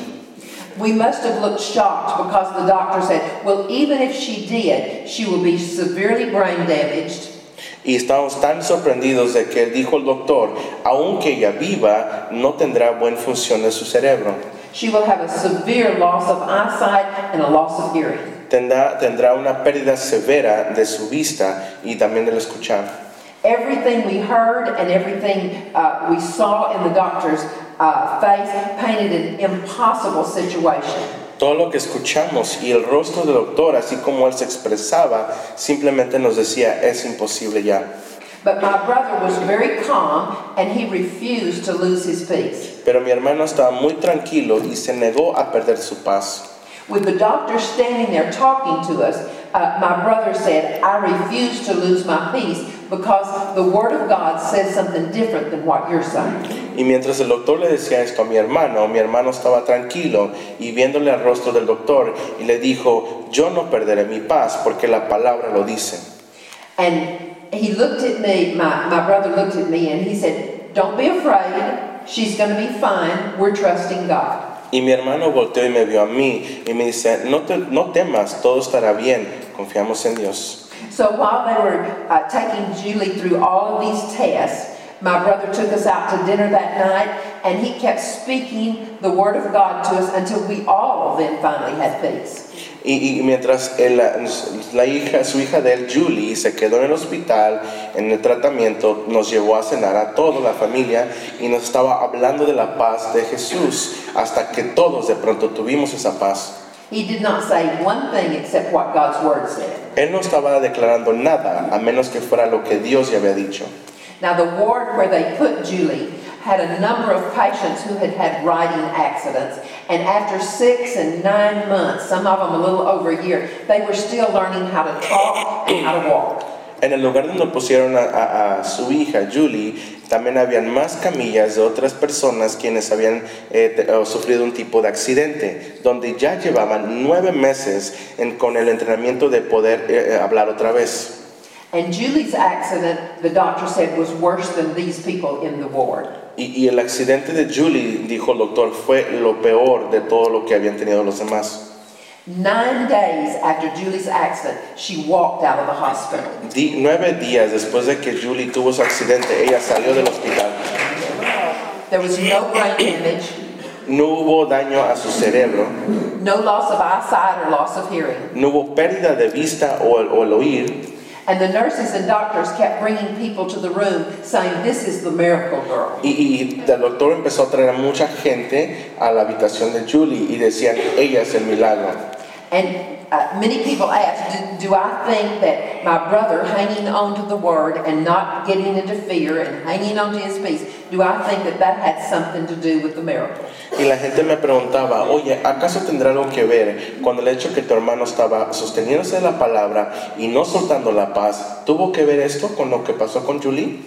[SPEAKER 1] We must have looked shocked because the doctor said, well, even if she did, she will be severely brain damaged
[SPEAKER 2] Y estábamos tan sorprendidos de que dijo el doctor, aunque ella viva, no tendrá buen función de su cerebro.
[SPEAKER 1] she will have a severe loss of eyesight and a loss of hearing.
[SPEAKER 2] Tendrá, tendrá una pérdida severa de su vista y también del escuchar.
[SPEAKER 1] Everything we heard and everything uh, we saw in the doctor's uh, face painted an impossible situation.
[SPEAKER 2] Todo lo que escuchamos y el rostro del doctor, así como él se expresaba, simplemente nos decía, es imposible ya.
[SPEAKER 1] But my brother was very calm and he refused to lose his peace.
[SPEAKER 2] Pero mi hermano estaba muy tranquilo y se negó a perder su paz.
[SPEAKER 1] With the doctor standing there talking to us, uh, my brother said, I refuse to lose my peace because the Word of God says something different than what you're saying.
[SPEAKER 2] Y mientras el doctor le decía esto a mi hermano, mi hermano estaba tranquilo y viéndole al rostro del doctor y le dijo, yo no perderé mi paz porque la palabra lo dice.
[SPEAKER 1] And he looked at me, my, my brother looked at me, and he said, Don't be afraid. She's going to be fine. We're trusting God.
[SPEAKER 2] Y mi hermano volteó y me vio a mí y me dice, no, te- no temas, todo estará bien, confiamos en Dios.
[SPEAKER 1] So while they were uh, taking Julie through all of these tests, my brother took us out to dinner that night and he kept speaking the Word of God to us until we all then finally had peace.
[SPEAKER 2] Y, y mientras él- la, la hija, su hija de él, Julie, se quedó en el hospital, en el tratamiento, nos llevó a cenar a toda la familia y nos estaba hablando de la paz de Jesús, hasta que todos de pronto tuvimos esa paz.
[SPEAKER 1] He did not say one thing except what God's Word said.
[SPEAKER 2] Él no estaba declarando nada, a menos que fuera lo que Dios ya había dicho.
[SPEAKER 1] Now, the ward where they put Julie had a number of patients who had had riding accidents, and after six and nine months, some of them a little over a year, they were still learning how to talk and how to walk.
[SPEAKER 2] En el lugar donde pusieron a, a- a su hija Julie, también habían más camillas de otras personas quienes habían eh, te- o sufrido un tipo de accidente, donde ya llevaban nueve meses en- con el entrenamiento de poder eh, eh, hablar otra vez.
[SPEAKER 1] And Julie's accident, the doctor said, was worse than these people in the ward.
[SPEAKER 2] Y, y el accidente de Julie, dijo el doctor, fue lo peor de todo lo que habían tenido los demás.
[SPEAKER 1] Nine days after Julie's accident, she walked out of the hospital.
[SPEAKER 2] Di- nueve días después de que Julie tuvo su accidente, ella salió del hospital.
[SPEAKER 1] There was no brain damage,
[SPEAKER 2] No hubo daño a su cerebro,
[SPEAKER 1] no loss of eyesight or loss of hearing.
[SPEAKER 2] no hubo pérdida de vista o el- o el oír.
[SPEAKER 1] And the nurses and doctors kept bringing people to the room saying, This is the miracle girl.
[SPEAKER 2] Y, y el doctor empezó a traer a mucha gente a la habitación de Julie y decían, ella es el milagro.
[SPEAKER 1] And uh, many people asked, do, do I think that my brother hanging on to the word and not getting into fear and hanging on to his peace, do I think that that had something to do with the miracle?
[SPEAKER 2] Y la gente me preguntaba, oye, ¿acaso tendrá algo que ver con el hecho que tu hermano estaba sosteniéndose de la palabra y no soltando la paz? ¿Tuvo que ver esto con lo que pasó con Julie?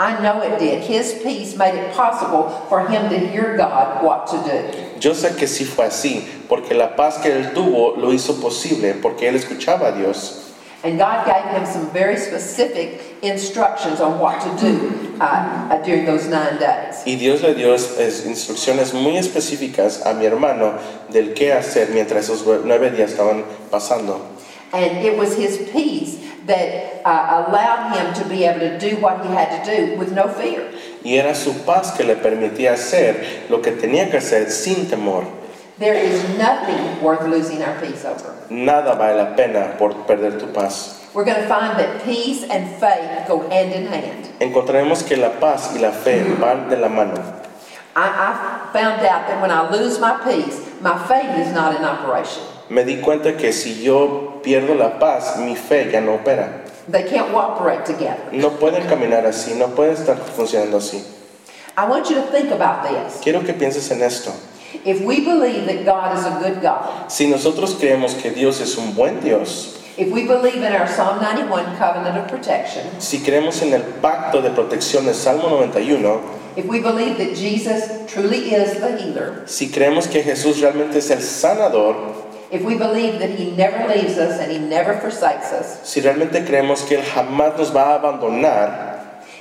[SPEAKER 1] I know it did. His peace made it possible for him to hear God what to do.
[SPEAKER 2] Yo sé que sí fue así, porque la paz que él tuvo lo hizo posible, porque él escuchaba a Dios.
[SPEAKER 1] And God gave him some very specific instructions on what to do uh, uh, during those nine days.
[SPEAKER 2] Y Dios le dio es, instrucciones muy específicas a mi hermano del qué hacer mientras esos nueve días estaban pasando.
[SPEAKER 1] And it was his peace that uh, allowed him to be able to do what he had to do with no fear.
[SPEAKER 2] Y era su paz que le permitía hacer lo que tenía que hacer sin temor.
[SPEAKER 1] There is nothing worth losing our peace over.
[SPEAKER 2] Nada vale la pena por perder tu paz.
[SPEAKER 1] We're going to find that peace and faith go hand in hand.
[SPEAKER 2] Encontraremos que la paz y la fe van de la mano.
[SPEAKER 1] I, I found out that when I lose my peace, my faith is not in operation.
[SPEAKER 2] Me di cuenta que si yo pierdo la paz, mi fe ya no opera.
[SPEAKER 1] They can't cooperate together.
[SPEAKER 2] No pueden caminar así, no pueden estar funcionando así.
[SPEAKER 1] I want you to think about this.
[SPEAKER 2] Quiero que pienses en esto.
[SPEAKER 1] If we believe that God is a good God,
[SPEAKER 2] Si nosotros creemos que Dios es un buen Dios,
[SPEAKER 1] if we believe in our Psalm 91 covenant of protection,
[SPEAKER 2] si creemos en el pacto de protección de Salmo 91,
[SPEAKER 1] if we believe that Jesus truly is the healer,
[SPEAKER 2] si creemos que Jesús realmente es el sanador,
[SPEAKER 1] If we believe that He never leaves us and He never forsakes us,
[SPEAKER 2] Si realmente creemos que Él jamás nos va a abandonar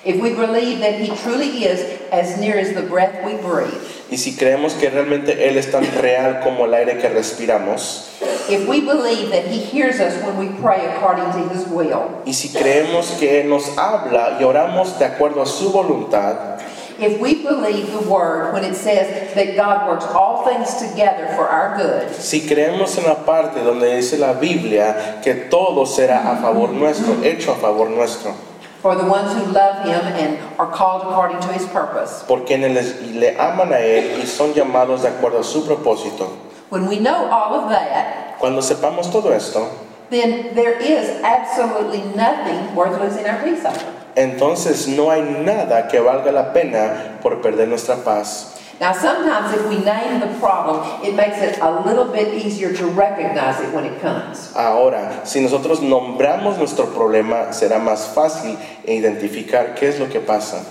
[SPEAKER 1] if we believe that He truly is as near as the breath we breathe,
[SPEAKER 2] y si creemos que realmente Él es tan real como el aire que respiramos
[SPEAKER 1] if we believe that He hears us when we pray according to His will,
[SPEAKER 2] y si creemos que Él nos habla y oramos de acuerdo a su voluntad,
[SPEAKER 1] if we believe the Word when it says that God works all things together for our good,
[SPEAKER 2] si creemos en la parte donde dice la Biblia que todo será a favor nuestro, hecho a favor nuestro,
[SPEAKER 1] for the ones who love Him and are called according to His purpose,
[SPEAKER 2] porque en él- le aman a Él y son llamados de acuerdo a su propósito.
[SPEAKER 1] when we know all of that,
[SPEAKER 2] Cuando sepamos todo esto,
[SPEAKER 1] then there is absolutely nothing worth losing our peace over.
[SPEAKER 2] entonces no hay nada que valga la pena por perder nuestra paz.
[SPEAKER 1] Now, sometimes if we name the problem, it makes it a little bit easier to recognize it when it comes.
[SPEAKER 2] Ahora, si nosotros nombramos nuestro problema, será más fácil identificar qué es lo que pasa.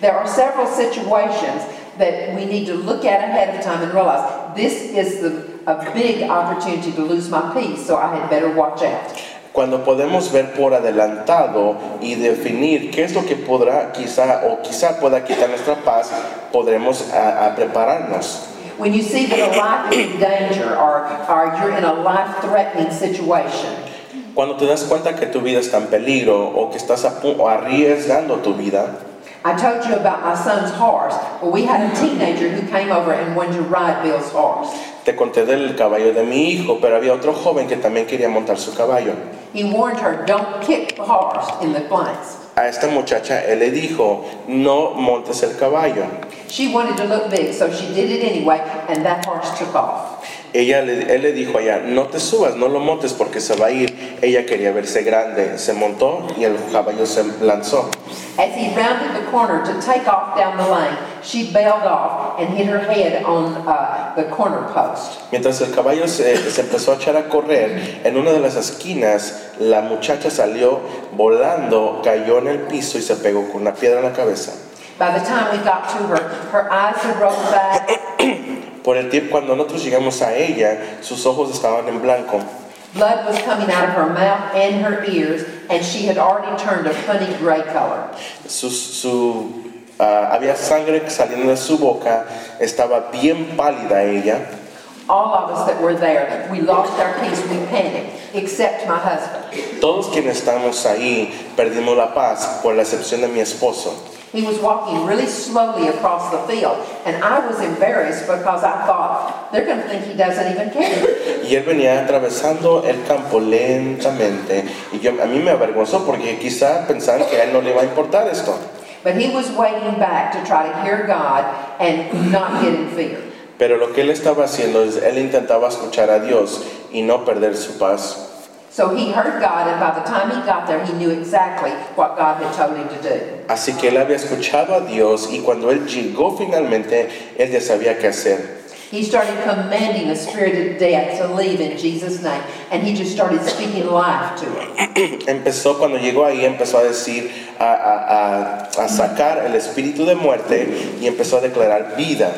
[SPEAKER 1] There are several situations that we need to look at ahead of time and realize this is the, a big opportunity to lose my peace, so I had better watch out.
[SPEAKER 2] Cuando podemos ver por adelantado y definir qué es lo que podrá quizá o quizá pueda quitar nuestra paz, podremos a- a prepararnos.
[SPEAKER 1] When you see that a life is in danger or, or you're in a life threatening situation,
[SPEAKER 2] Cuando te das cuenta que tu vida está en peligro o que estás a pu- o arriesgando tu vida,
[SPEAKER 1] I told you about my son's horse. Well, we had a teenager who came over and wanted to ride Bill's horse.
[SPEAKER 2] te conté del caballo de mi hijo, pero había otro joven que también quería montar su caballo.
[SPEAKER 1] He warned her, don't kick the horse in the flanks.
[SPEAKER 2] A esta muchacha él le dijo, no montes el caballo.
[SPEAKER 1] She wanted to look big, so she did it anyway, and that horse took off.
[SPEAKER 2] Ella le- él le dijo allá, no te subas, no lo montes porque se va a ir. Ella quería verse grande, se montó y el caballo se lanzó.
[SPEAKER 1] As he rounded the corner to take off down the lane, she bailed off and hit her head on uh, the corner post.
[SPEAKER 2] Mientras el caballo se, se empezó a echar a correr, en una de las esquinas la muchacha salió volando, cayó en el piso y se pegó con una piedra en la cabeza.
[SPEAKER 1] By the time we got to her, her eyes had rolled back,
[SPEAKER 2] Por el tiempo, cuando nosotros llegamos a ella, sus ojos estaban en blanco.
[SPEAKER 1] blood was coming out of her mouth and her ears, and she had already turned a funny gray color.
[SPEAKER 2] Su, su- ah, había sangre saliendo de su boca, estaba bien pálida ella.
[SPEAKER 1] All of us that were there, we lost our peace, we panicked, except my husband.
[SPEAKER 2] Todos quienes estamos ahí perdimos la paz, por la excepción de mi esposo.
[SPEAKER 1] He was walking really slowly across the field, and I was embarrassed because I thought, they're going to think he doesn't even care.
[SPEAKER 2] Y él venía atravesando el campo lentamente. Y yo, a mí me avergonzó porque quizá pensaban que a él no le iba a importar esto.
[SPEAKER 1] But he was waiting back to try to hear God and not get in fear.
[SPEAKER 2] Pero lo que él estaba haciendo es, él intentaba escuchar a Dios y no perder su paz.
[SPEAKER 1] So he heard God, and by the time he got there, he knew exactly what God had told him to do.
[SPEAKER 2] Así que él había escuchado a Dios y cuando él llegó finalmente, él ya sabía qué hacer.
[SPEAKER 1] He started commanding the spirit of death to leave in Jesus' name, and he just started speaking life to it.
[SPEAKER 2] Empezó, cuando llegó ahí, empezó a decir, a, a- a- a sacar el espíritu de muerte y empezó a declarar vida.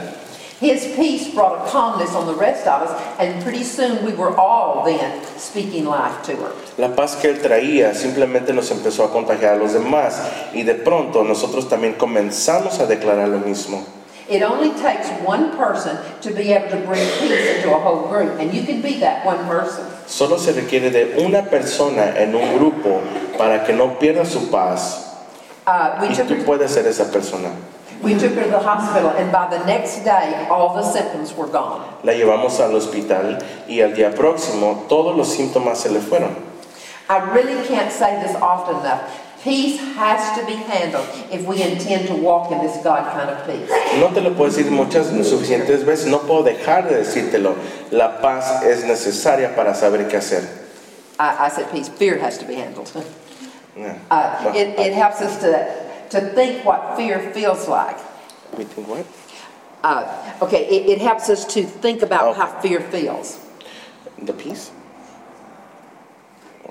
[SPEAKER 1] His peace brought a calmness on the rest of us, and pretty soon we were all then speaking life to her.
[SPEAKER 2] La paz que él traía simplemente nos empezó a contagiar a los demás y de pronto nosotros también comenzamos a declarar lo mismo.
[SPEAKER 1] It only takes one person to be able to bring peace into a whole group, and you can be that one person.
[SPEAKER 2] Solo se requiere de una persona en un grupo para que no pierda su paz
[SPEAKER 1] Uh, we,
[SPEAKER 2] y
[SPEAKER 1] took
[SPEAKER 2] tú
[SPEAKER 1] her,
[SPEAKER 2] puedes ser esa persona.
[SPEAKER 1] we took her to the hospital, and by the next day, all the symptoms were gone.
[SPEAKER 2] La llevamos al hospital y al día próximo todos los síntomas se le fueron.
[SPEAKER 1] I really can't say this often enough. Peace has to be handled if we intend to walk in this God kind of peace.
[SPEAKER 2] No te lo puedo decir muchas suficientes veces, no puedo dejar de decírtelo. La paz es necesaria para saber qué hacer.
[SPEAKER 1] I, I said peace, fear has to be handled.
[SPEAKER 2] Yeah.
[SPEAKER 1] Uh, It, it helps us to, to think what fear feels like.
[SPEAKER 2] We think what?
[SPEAKER 1] Uh, Okay, it, it helps us to think about how fear feels.
[SPEAKER 2] The peace?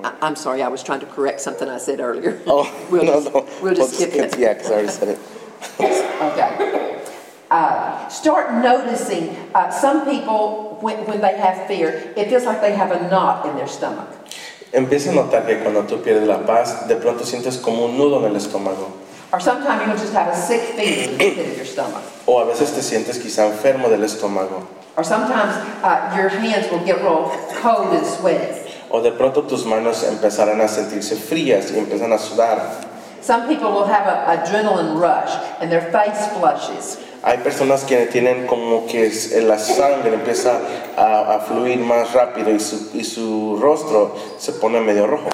[SPEAKER 1] I- I'm sorry, I was trying to correct something I said earlier.
[SPEAKER 2] Oh,
[SPEAKER 1] We'll
[SPEAKER 2] no,
[SPEAKER 1] just-
[SPEAKER 2] no.
[SPEAKER 1] We'll just skip it.
[SPEAKER 2] Yeah, because I already said it.
[SPEAKER 1] Okay. Uh, Start noticing, uh, some people, when, when they have fear, it feels like they have a knot in their stomach.
[SPEAKER 2] Empieza a notar que cuando tú pierdes la paz, de pronto sientes como un nudo en el estómago.
[SPEAKER 1] Or sometimes you'll just have a sick feeling in the pit of your stomach.
[SPEAKER 2] O a veces te sientes quizá enfermo del estómago.
[SPEAKER 1] Or sometimes uh, your hands will get real cold and sweaty.
[SPEAKER 2] O de pronto tus manos empezarán a sentirse frías y empiezan a sudar.
[SPEAKER 1] Some people will have an adrenaline rush and their face flushes.
[SPEAKER 2] Hay personas que tienen como que es- eh, la sangre empieza a, a fluir más rápido y su, y su rostro se pone medio rojo.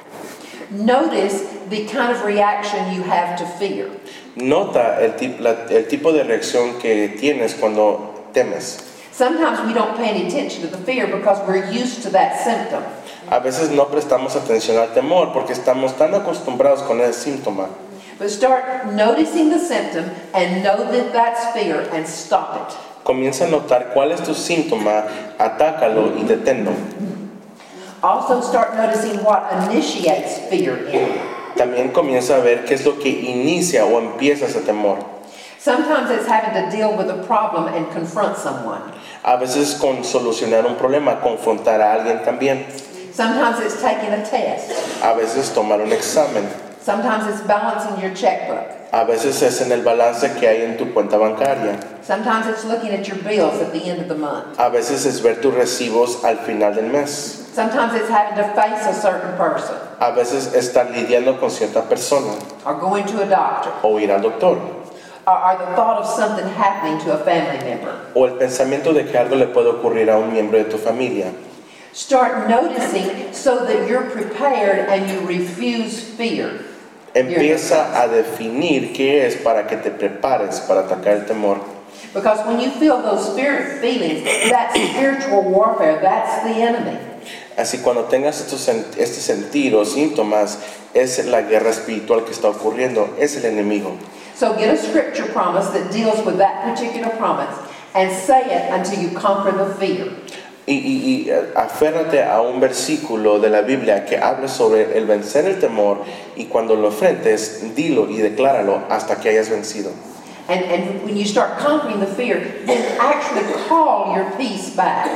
[SPEAKER 1] Notice the kind of reaction you have to fear.
[SPEAKER 2] Nota el, tip- la- el tipo de reacción que tienes cuando temes.
[SPEAKER 1] Sometimes we don't pay any attention to the fear because we're used to that symptom.
[SPEAKER 2] A veces no prestamos atención al temor porque estamos tan acostumbrados con el síntoma.
[SPEAKER 1] But start noticing the symptom and know that that's fear and stop it.
[SPEAKER 2] Comienza a notar cuál es tu síntoma, atácalo y deténlo.
[SPEAKER 1] Also, start noticing what initiates fear in you.
[SPEAKER 2] También comienza a ver qué es lo que inicia o empieza ese temor.
[SPEAKER 1] Sometimes it's having to deal with a problem and confront someone.
[SPEAKER 2] A veces con solucionar un problema, confrontar a alguien también.
[SPEAKER 1] Sometimes it's taking a test.
[SPEAKER 2] A veces tomar un examen.
[SPEAKER 1] Sometimes it's balancing your checkbook.
[SPEAKER 2] A veces es en el balance que hay en tu cuenta bancaria.
[SPEAKER 1] Sometimes it's looking at your bills at the end of the month.
[SPEAKER 2] A veces es ver tus recibos al final del mes.
[SPEAKER 1] Sometimes it's having to face a certain person
[SPEAKER 2] A veces estar lidiando con cierta persona
[SPEAKER 1] or going to a doctor
[SPEAKER 2] o ir al doctor.
[SPEAKER 1] or, or the thought of something happening to a family member.
[SPEAKER 2] o el pensamiento de que algo le puede ocurrir a un miembro de tu familia.
[SPEAKER 1] Start noticing so that you're prepared and you refuse fear.
[SPEAKER 2] Empieza a definir qué es para que te prepares para atacar el temor.
[SPEAKER 1] Because when you feel those spirit feelings, that's spiritual warfare, that's the enemy.
[SPEAKER 2] Así cuando tengas estos, sen- este sentido, síntomas, es la guerra espiritual que está ocurriendo, es el enemigo.
[SPEAKER 1] So get a scripture promise that deals with that particular promise and say it until you conquer the fear.
[SPEAKER 2] Y, y- y, eh, aférrate a un versículo de la Biblia que hable sobre el vencer el temor y cuando lo enfrentes, dilo y decláralo hasta que hayas vencido.
[SPEAKER 1] And, and when you start conquering the fear, then actually call your peace back.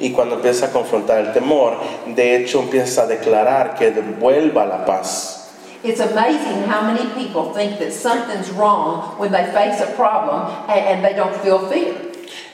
[SPEAKER 2] Y cuando empiezas a confrontar el temor, de hecho empiezas a declarar que devuelva la paz.
[SPEAKER 1] It's amazing how many people think that something's wrong when they face a problem and, and they don't feel fear.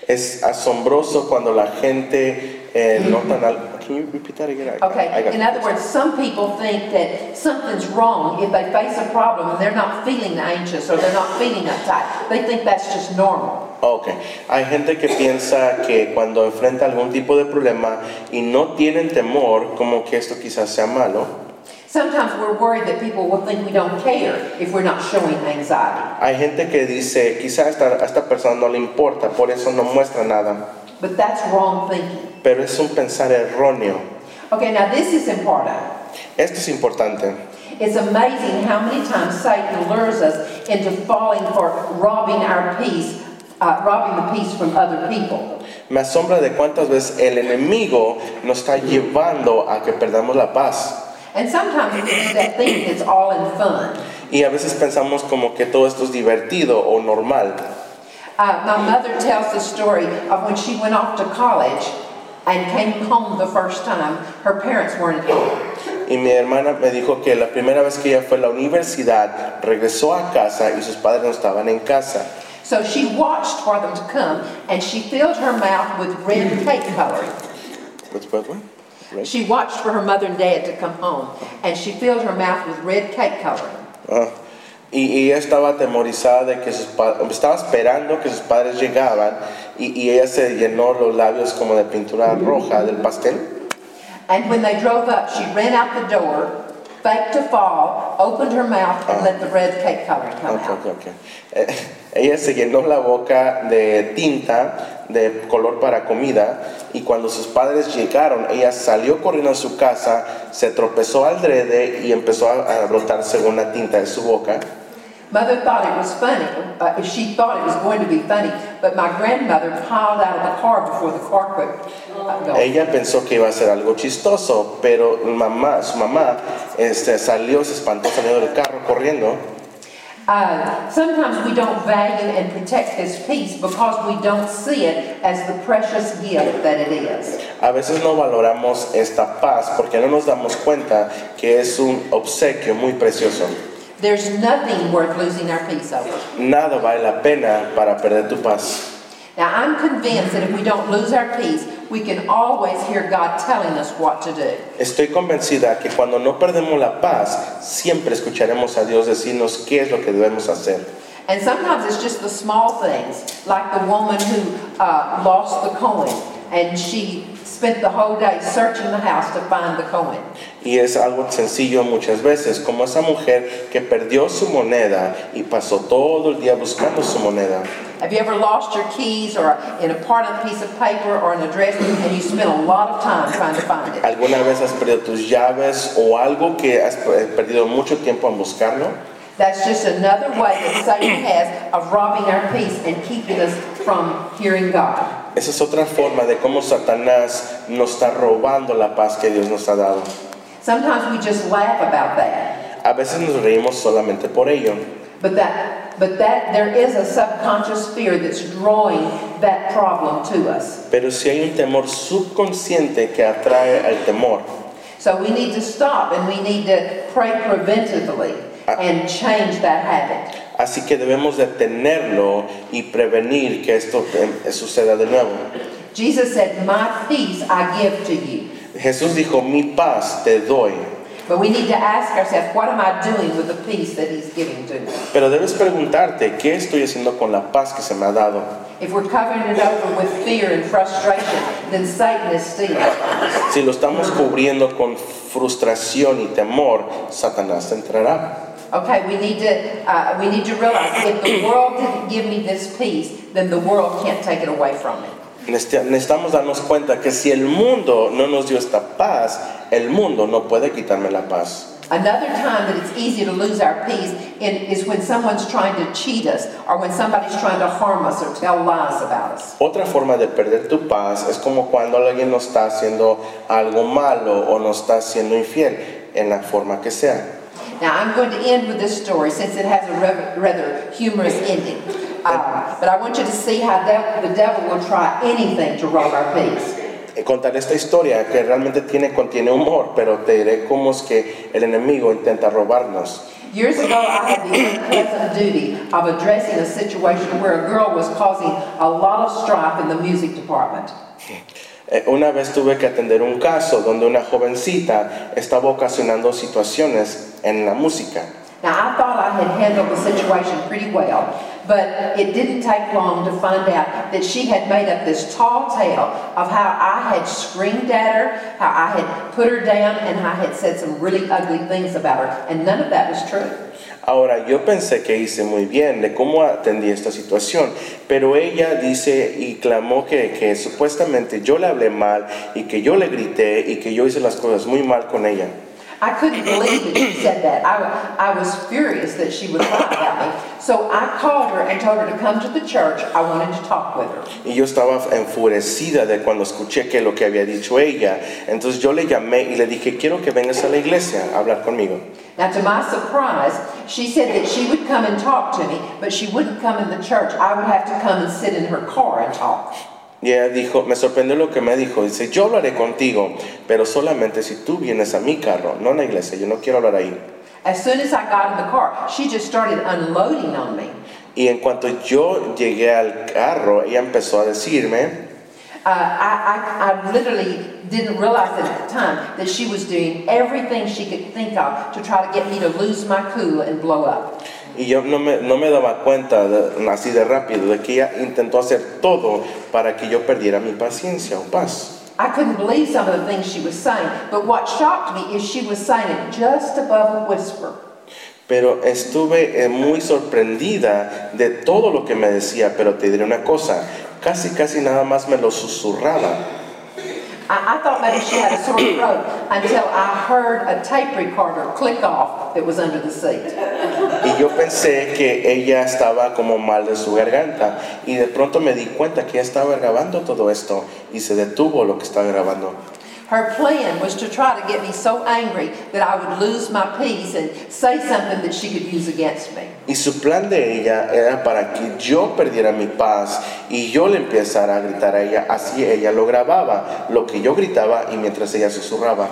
[SPEAKER 2] Es asombroso cuando la gente eh, no tan al- Can you repeat that again? I- I
[SPEAKER 1] Okay,
[SPEAKER 2] got
[SPEAKER 1] in
[SPEAKER 2] it.
[SPEAKER 1] other words, some people think that something's wrong if they face a problem and they're not feeling anxious or they're not feeling uptight. They think that's just normal.
[SPEAKER 2] Ok, hay gente que piensa que cuando enfrenta algún tipo de problema y no tienen temor, como que esto quizás sea malo.
[SPEAKER 1] Sometimes we're worried that people will think we don't care if we're not showing anxiety.
[SPEAKER 2] Hay gente que dice, quizás a esta, a esta persona no le importa, por eso no muestra nada.
[SPEAKER 1] But that's wrong thinking.
[SPEAKER 2] Pero es un pensar erróneo.
[SPEAKER 1] Okay, now this is important.
[SPEAKER 2] Esto es importante.
[SPEAKER 1] It's amazing how many times Satan lures us into falling for robbing our peace, uh, robbing the peace from other people.
[SPEAKER 2] Me asombra de cuántas veces el enemigo nos está llevando a que perdamos la paz.
[SPEAKER 1] And sometimes we do that thinking it's all in fun.
[SPEAKER 2] Y a veces pensamos como que todo esto es divertido o normal.
[SPEAKER 1] Uh, my mother tells the story of when she went off to college and came home the first time, her parents weren't home.
[SPEAKER 2] Y mi hermana me dijo que la primera vez que ella fue a la universidad, regresó a casa y sus padres no estaban en casa.
[SPEAKER 1] So she watched for them to come and she filled her mouth with red paint coloring.
[SPEAKER 2] What's that one? Right?
[SPEAKER 1] She watched for her mother and dad to come home and she filled her mouth with red cake coloring.
[SPEAKER 2] Ah. Y, y ella estaba atemorizada de que sus pa- estaba esperando que sus padres llegaban y, y ella se llenó los labios como de pintura roja del pastel.
[SPEAKER 1] And when they drove up, she ran out the door, faked a fall, opened her mouth, and let the red cake coloring come
[SPEAKER 2] Ok,
[SPEAKER 1] out.
[SPEAKER 2] ok, ok. Eh, ella se llenó la boca de tinta de color para comida y cuando sus padres llegaron, ella salió corriendo a su casa, se tropezó al drede y empezó a, a brotar según la tinta de su boca.
[SPEAKER 1] Mother thought it was funny. Uh, she thought it was going to be funny, but my grandmother piled out of the car before the car could uh, go.
[SPEAKER 2] Ella pensó que iba a ser algo chistoso, pero mamá, su mamá este, salió, se espantó, salió del carro corriendo.
[SPEAKER 1] Uh, sometimes we don't value and protect this peace because we don't see it as the precious gift that it is.
[SPEAKER 2] A veces no valoramos esta paz porque no nos damos cuenta que es un obsequio muy precioso.
[SPEAKER 1] There's nothing worth losing our peace over.
[SPEAKER 2] Nada vale la pena para perder tu paz.
[SPEAKER 1] Now, I'm convinced that if we don't lose our peace, we can always hear God telling us what to do.
[SPEAKER 2] Estoy convencida que cuando no perdemos la paz, siempre escucharemos a Dios decirnos qué es lo que debemos hacer.
[SPEAKER 1] And sometimes it's just the small things, like the woman who uh, lost the coin, and she spent the whole day searching the house to find the coin.
[SPEAKER 2] Y es algo sencillo muchas veces, como esa mujer que perdió su moneda y pasó todo el día buscando su moneda.
[SPEAKER 1] Have you ever lost your keys or in a part of a piece of paper or an address, and you spent a lot of time trying to find it?
[SPEAKER 2] ¿Alguna vez has perdido tus llaves o algo que has per- eh, perdido mucho tiempo en buscarlo?
[SPEAKER 1] That's just another way that Satan has of robbing our peace and keeping us from hearing God.
[SPEAKER 2] Esa es otra forma de cómo Satanás nos está robando la paz que Dios nos ha dado.
[SPEAKER 1] Sometimes we just laugh about that.
[SPEAKER 2] A veces nos reímos solamente por ello,
[SPEAKER 1] But that, but that, there is a subconscious fear that's drawing that problem to us.
[SPEAKER 2] pero si hay un temor subconsciente que atrae al temor.
[SPEAKER 1] So we need to stop and we need to pray preventively and change that habit.
[SPEAKER 2] Así que debemos detenerlo y prevenir que esto eh, suceda de nuevo.
[SPEAKER 1] Jesus said, My peace I give to you.
[SPEAKER 2] Jesús dijo, mi paz te doy.
[SPEAKER 1] But we need to ask ourselves, What am I doing with the peace that He's giving to me?
[SPEAKER 2] Pero debes preguntarte, ¿qué estoy haciendo con la paz que se me ha dado?
[SPEAKER 1] If we're covering it over with fear and frustration, then Satan is stealing.
[SPEAKER 2] Si lo estamos cubriendo con frustración y temor, Satanás entrará.
[SPEAKER 1] Okay, we need to, uh, we need to realize if the world didn't give me this peace, then the world can't take it away from it.
[SPEAKER 2] Necesita- Necesitamos darnos cuenta que si el mundo no nos dio esta paz, el mundo no puede quitarme la paz.
[SPEAKER 1] Another time that it's easy to lose our peace in- is when someone's trying to cheat us or when somebody's trying to harm us or tell lies about us.
[SPEAKER 2] Otra forma de perder tu paz es como cuando alguien nos está haciendo algo malo o nos está siendo infiel, en la forma que sea.
[SPEAKER 1] Now, I'm going to end with this story since it has a rev- rather humorous ending. Uh, but I want you to see how de- the devil will try anything to rob our peace.
[SPEAKER 2] Eh, Contaré esta historia que realmente tiene, contiene humor, pero te diré cómo es que el enemigo intenta robarnos.
[SPEAKER 1] Years ago, I had the unpleasant duty of addressing a situation where a girl was causing a lot of strife in the music department.
[SPEAKER 2] Eh, Una vez tuve que atender un caso donde una jovencita estaba ocasionando situaciones en la música.
[SPEAKER 1] Now, I thought I had handled the situation pretty well, but it didn't take long to find out that she had made up this tall tale of how I had screamed at her, how I had put her down, and how I had said some really ugly things about her, and none of that was true.
[SPEAKER 2] Ahora, yo pensé que hice muy bien de cómo atendí esta situación, pero ella dice y clamó que, que supuestamente yo le hablé mal y que yo le grité y que yo hice las cosas muy mal con ella.
[SPEAKER 1] I couldn't believe that she said that. I, I was furious that she would lie about me, so I called her and told her to come to the church. I wanted to talk with her.
[SPEAKER 2] Y yo estaba enfurecida de cuando escuché que lo que había dicho ella. Entonces yo le llamé y le dije, quiero que vengas a la iglesia a hablar conmigo.
[SPEAKER 1] Now, to my surprise, she said that she would come and talk to me, but she wouldn't come in the church. I would have to come and sit in her car and talk.
[SPEAKER 2] Y ella dijo, me sorprendió lo que me dijo. Dice, yo hablaré contigo, pero solamente si tú vienes a mi carro, no a la iglesia. Yo no quiero hablar ahí.
[SPEAKER 1] As soon as I got in the car, she just started unloading on me.
[SPEAKER 2] Y en cuanto yo llegué al carro, ella empezó a decirme,
[SPEAKER 1] Uh, I, I, I literally didn't realize at the time that she was doing everything she could think of to try to get me to lose my cool and blow up.
[SPEAKER 2] y yo no me, no me daba cuenta de- así de rápido, de que ella intentó hacer todo para que yo perdiera mi paciencia o paz.
[SPEAKER 1] I couldn't believe some of the things she was saying, but what shocked me is she was saying it just above a whisper.
[SPEAKER 2] Pero estuve eh, muy sorprendida de todo lo que me decía, pero te diré una cosa, casi casi nada más me lo susurraba.
[SPEAKER 1] I, I thought maybe she had a sore throat until I heard a tape recorder click off that was under the seat.
[SPEAKER 2] Y yo pensé que ella estaba como mal de su garganta y de pronto me di cuenta que ella estaba grabando todo esto y se detuvo lo que estaba grabando.
[SPEAKER 1] Her plan was to try to get me so angry that I would lose my peace and say something that she could use against me.
[SPEAKER 2] Y su plan de ella era para que yo perdiera mi paz y yo le empezara a gritar a ella. Así ella lo grababa, lo que yo gritaba y mientras ella susurraba.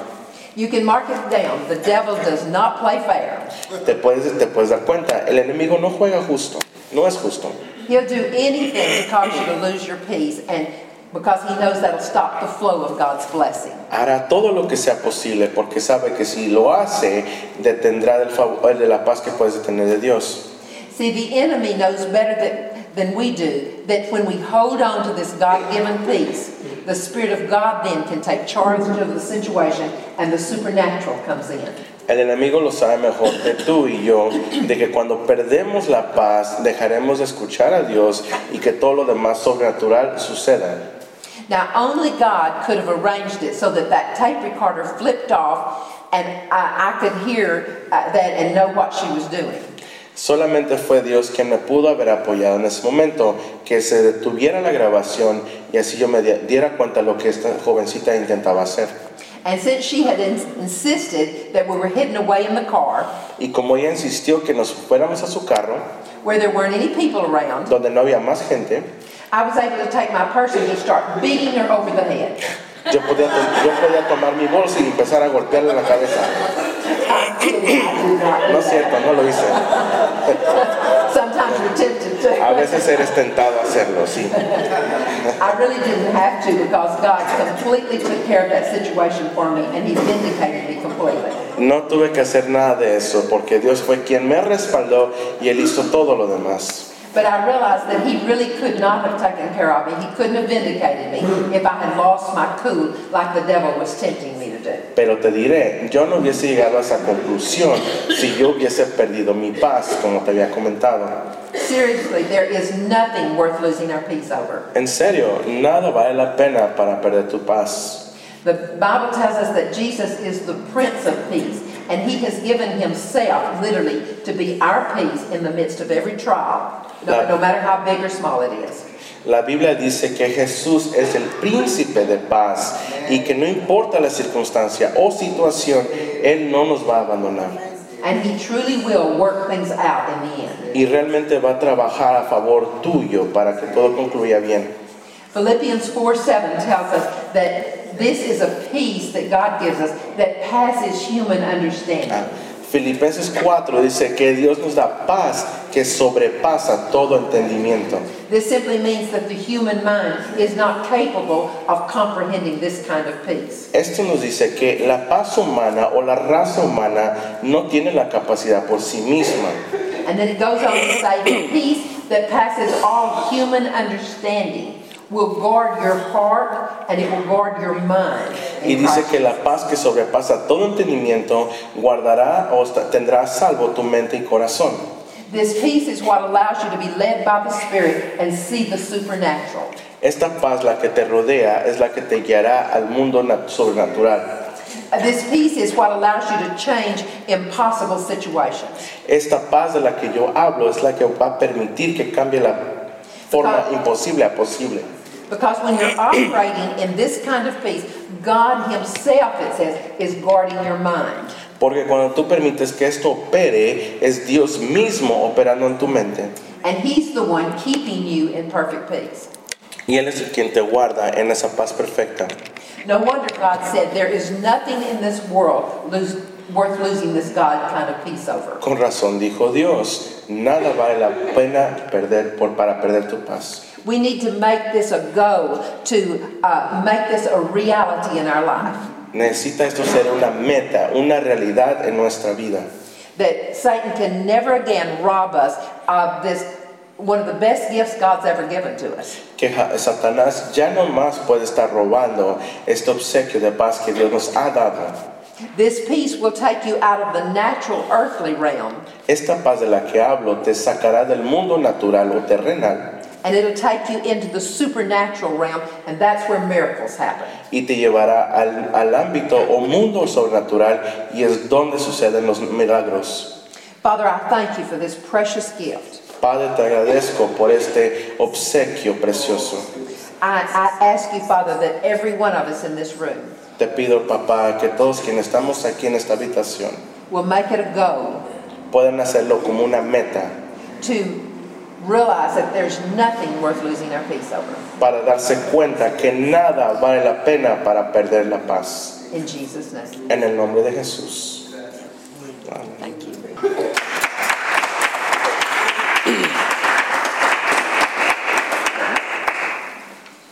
[SPEAKER 1] You can mark it down. The devil does not play fair.
[SPEAKER 2] Te puedes, te puedes dar cuenta, el enemigo no juega justo, no es justo.
[SPEAKER 1] He'll do anything to cause you to lose your peace and because he knows that'll stop the flow of God's blessing.
[SPEAKER 2] Hará todo lo que sea posible porque sabe que si lo hace, detendrá el favor eh, de la paz que puedes tener de Dios.
[SPEAKER 1] See, the enemy knows better that, than we do that when we hold on to this God given peace, the Spirit of God then can take charge of the situation and the supernatural comes in.
[SPEAKER 2] El enemigo lo sabe mejor que tú y yo, de que cuando perdemos la paz, dejaremos de escuchar a Dios y que todo lo demás sobrenatural suceda.
[SPEAKER 1] Now, only God could have arranged it so that that tape recorder flipped off and I, I could hear uh, that and know what she was doing.
[SPEAKER 2] Solamente fue Dios quien me pudo haber apoyado en ese momento, que se detuviera la grabación y así yo me di- diera cuenta de lo que esta jovencita intentaba hacer.
[SPEAKER 1] And since she had ins- insisted that we were hidden away in the car
[SPEAKER 2] Y como ella insistió que nos fuéramos a su carro,
[SPEAKER 1] where there weren't any people around,
[SPEAKER 2] donde no había más gente,
[SPEAKER 1] I was able to take my purse and just start beating her over the head.
[SPEAKER 2] yo podía, to- yo podía tomar mi bolsa y empezar a golpearle la cabeza. No es cierto, no lo hice.
[SPEAKER 1] Sometimes we're tempted
[SPEAKER 2] A
[SPEAKER 1] to.
[SPEAKER 2] veces eres tentado a hacerlo, sí.
[SPEAKER 1] I really didn't have to because God completely took care of that situation for me and He vindicated me completely.
[SPEAKER 2] No tuve que hacer nada de eso porque Dios fue quien me respaldó y Él hizo todo lo demás.
[SPEAKER 1] But I realized that He really could not have taken care of me. He couldn't have vindicated me if I had lost my cool like the devil was tempting me to do. received it.
[SPEAKER 2] Pero te diré, yo no hubiese llegado a esa conclusión si yo hubiese perdido mi paz, como te había comentado.
[SPEAKER 1] Seriously, there is nothing worth losing our peace over.
[SPEAKER 2] En serio, nada vale la pena para perder tu paz.
[SPEAKER 1] The Bible tells us that Jesus is the Prince of Peace, and He has given Himself literally to be our peace in the midst of every trial, no,
[SPEAKER 2] That-
[SPEAKER 1] no matter how big or small it is.
[SPEAKER 2] La Biblia dice que Jesús es el príncipe de paz y que no importa la circunstancia o situación, Él no nos va a abandonar.
[SPEAKER 1] And He truly will work things out in the end.
[SPEAKER 2] Y realmente va a trabajar a favor tuyo para que todo concluya bien.
[SPEAKER 1] Philippians 4 7 tells us that this is a peace that God gives us that passes human understanding.
[SPEAKER 2] Filipenses 4 dice que Dios nos da paz que sobrepasa todo entendimiento.
[SPEAKER 1] This simply means that the human mind is not capable of comprehending this kind of peace.
[SPEAKER 2] Esto Este nos dice que la paz humana o la raza humana no tiene la capacidad por sí misma.
[SPEAKER 1] And then it goes on to say, the peace that passes all human understanding will guard your heart and it will guard your mind.
[SPEAKER 2] Y
[SPEAKER 1] in
[SPEAKER 2] dice
[SPEAKER 1] Christ
[SPEAKER 2] que la paz que sobrepasa todo entendimiento guardará o esta- tendrá a salvo tu mente y corazón.
[SPEAKER 1] Jesus. This peace is what allows you to be led by the Spirit and see the supernatural.
[SPEAKER 2] Esta paz, la que te rodea, es la que te guiará al mundo na- sobrenatural.
[SPEAKER 1] Uh, This peace is what allows you to change impossible situations.
[SPEAKER 2] Esta paz de la que yo hablo es la que va a permitir que cambie la forma imposible a posible.
[SPEAKER 1] Because when you're operating in this kind of peace, God Himself, it says, is guarding your mind.
[SPEAKER 2] Porque cuando tú permites que esto opere, es Dios mismo operando en tu mente.
[SPEAKER 1] And He's the one keeping you in perfect peace.
[SPEAKER 2] Y Él es el quien te guarda en esa paz perfecta.
[SPEAKER 1] No wonder God said, There is nothing in this world lose, worth losing this God kind of peace over.
[SPEAKER 2] Con razón dijo Dios, nada vale la pena perder por, para perder tu paz.
[SPEAKER 1] We need to make this a goal, to uh, make this a reality in our life.
[SPEAKER 2] Necesita esto ser una meta, una realidad en nuestra vida.
[SPEAKER 1] That Satan can never again rob us of this, one of the best gifts God's ever given to us.
[SPEAKER 2] Que ja- Satanás ya no más puede estar robando este obsequio de paz que Dios nos ha dado.
[SPEAKER 1] This peace will take you out of the natural earthly realm
[SPEAKER 2] Esta paz de la que hablo te sacará del mundo natural o terrenal
[SPEAKER 1] and it'll take you into the supernatural realm, and that's where miracles happen.
[SPEAKER 2] y te llevará al, al ámbito o mundo sobrenatural y es donde suceden los milagros.
[SPEAKER 1] Father, I thank you for this precious gift.
[SPEAKER 2] Padre, te agradezco por este obsequio precioso.
[SPEAKER 1] I, I ask you, Father, that every one of us in this room
[SPEAKER 2] Te pido, papá, que todos quienes estamos aquí en esta habitación
[SPEAKER 1] will make it a goal
[SPEAKER 2] puedan hacerlo como una meta
[SPEAKER 1] to realize that there's nothing worth losing our peace over.
[SPEAKER 2] para darse cuenta que nada vale la pena para perder la paz.
[SPEAKER 1] In Jesus' name.
[SPEAKER 2] En el nombre de Jesús.
[SPEAKER 1] Thank you.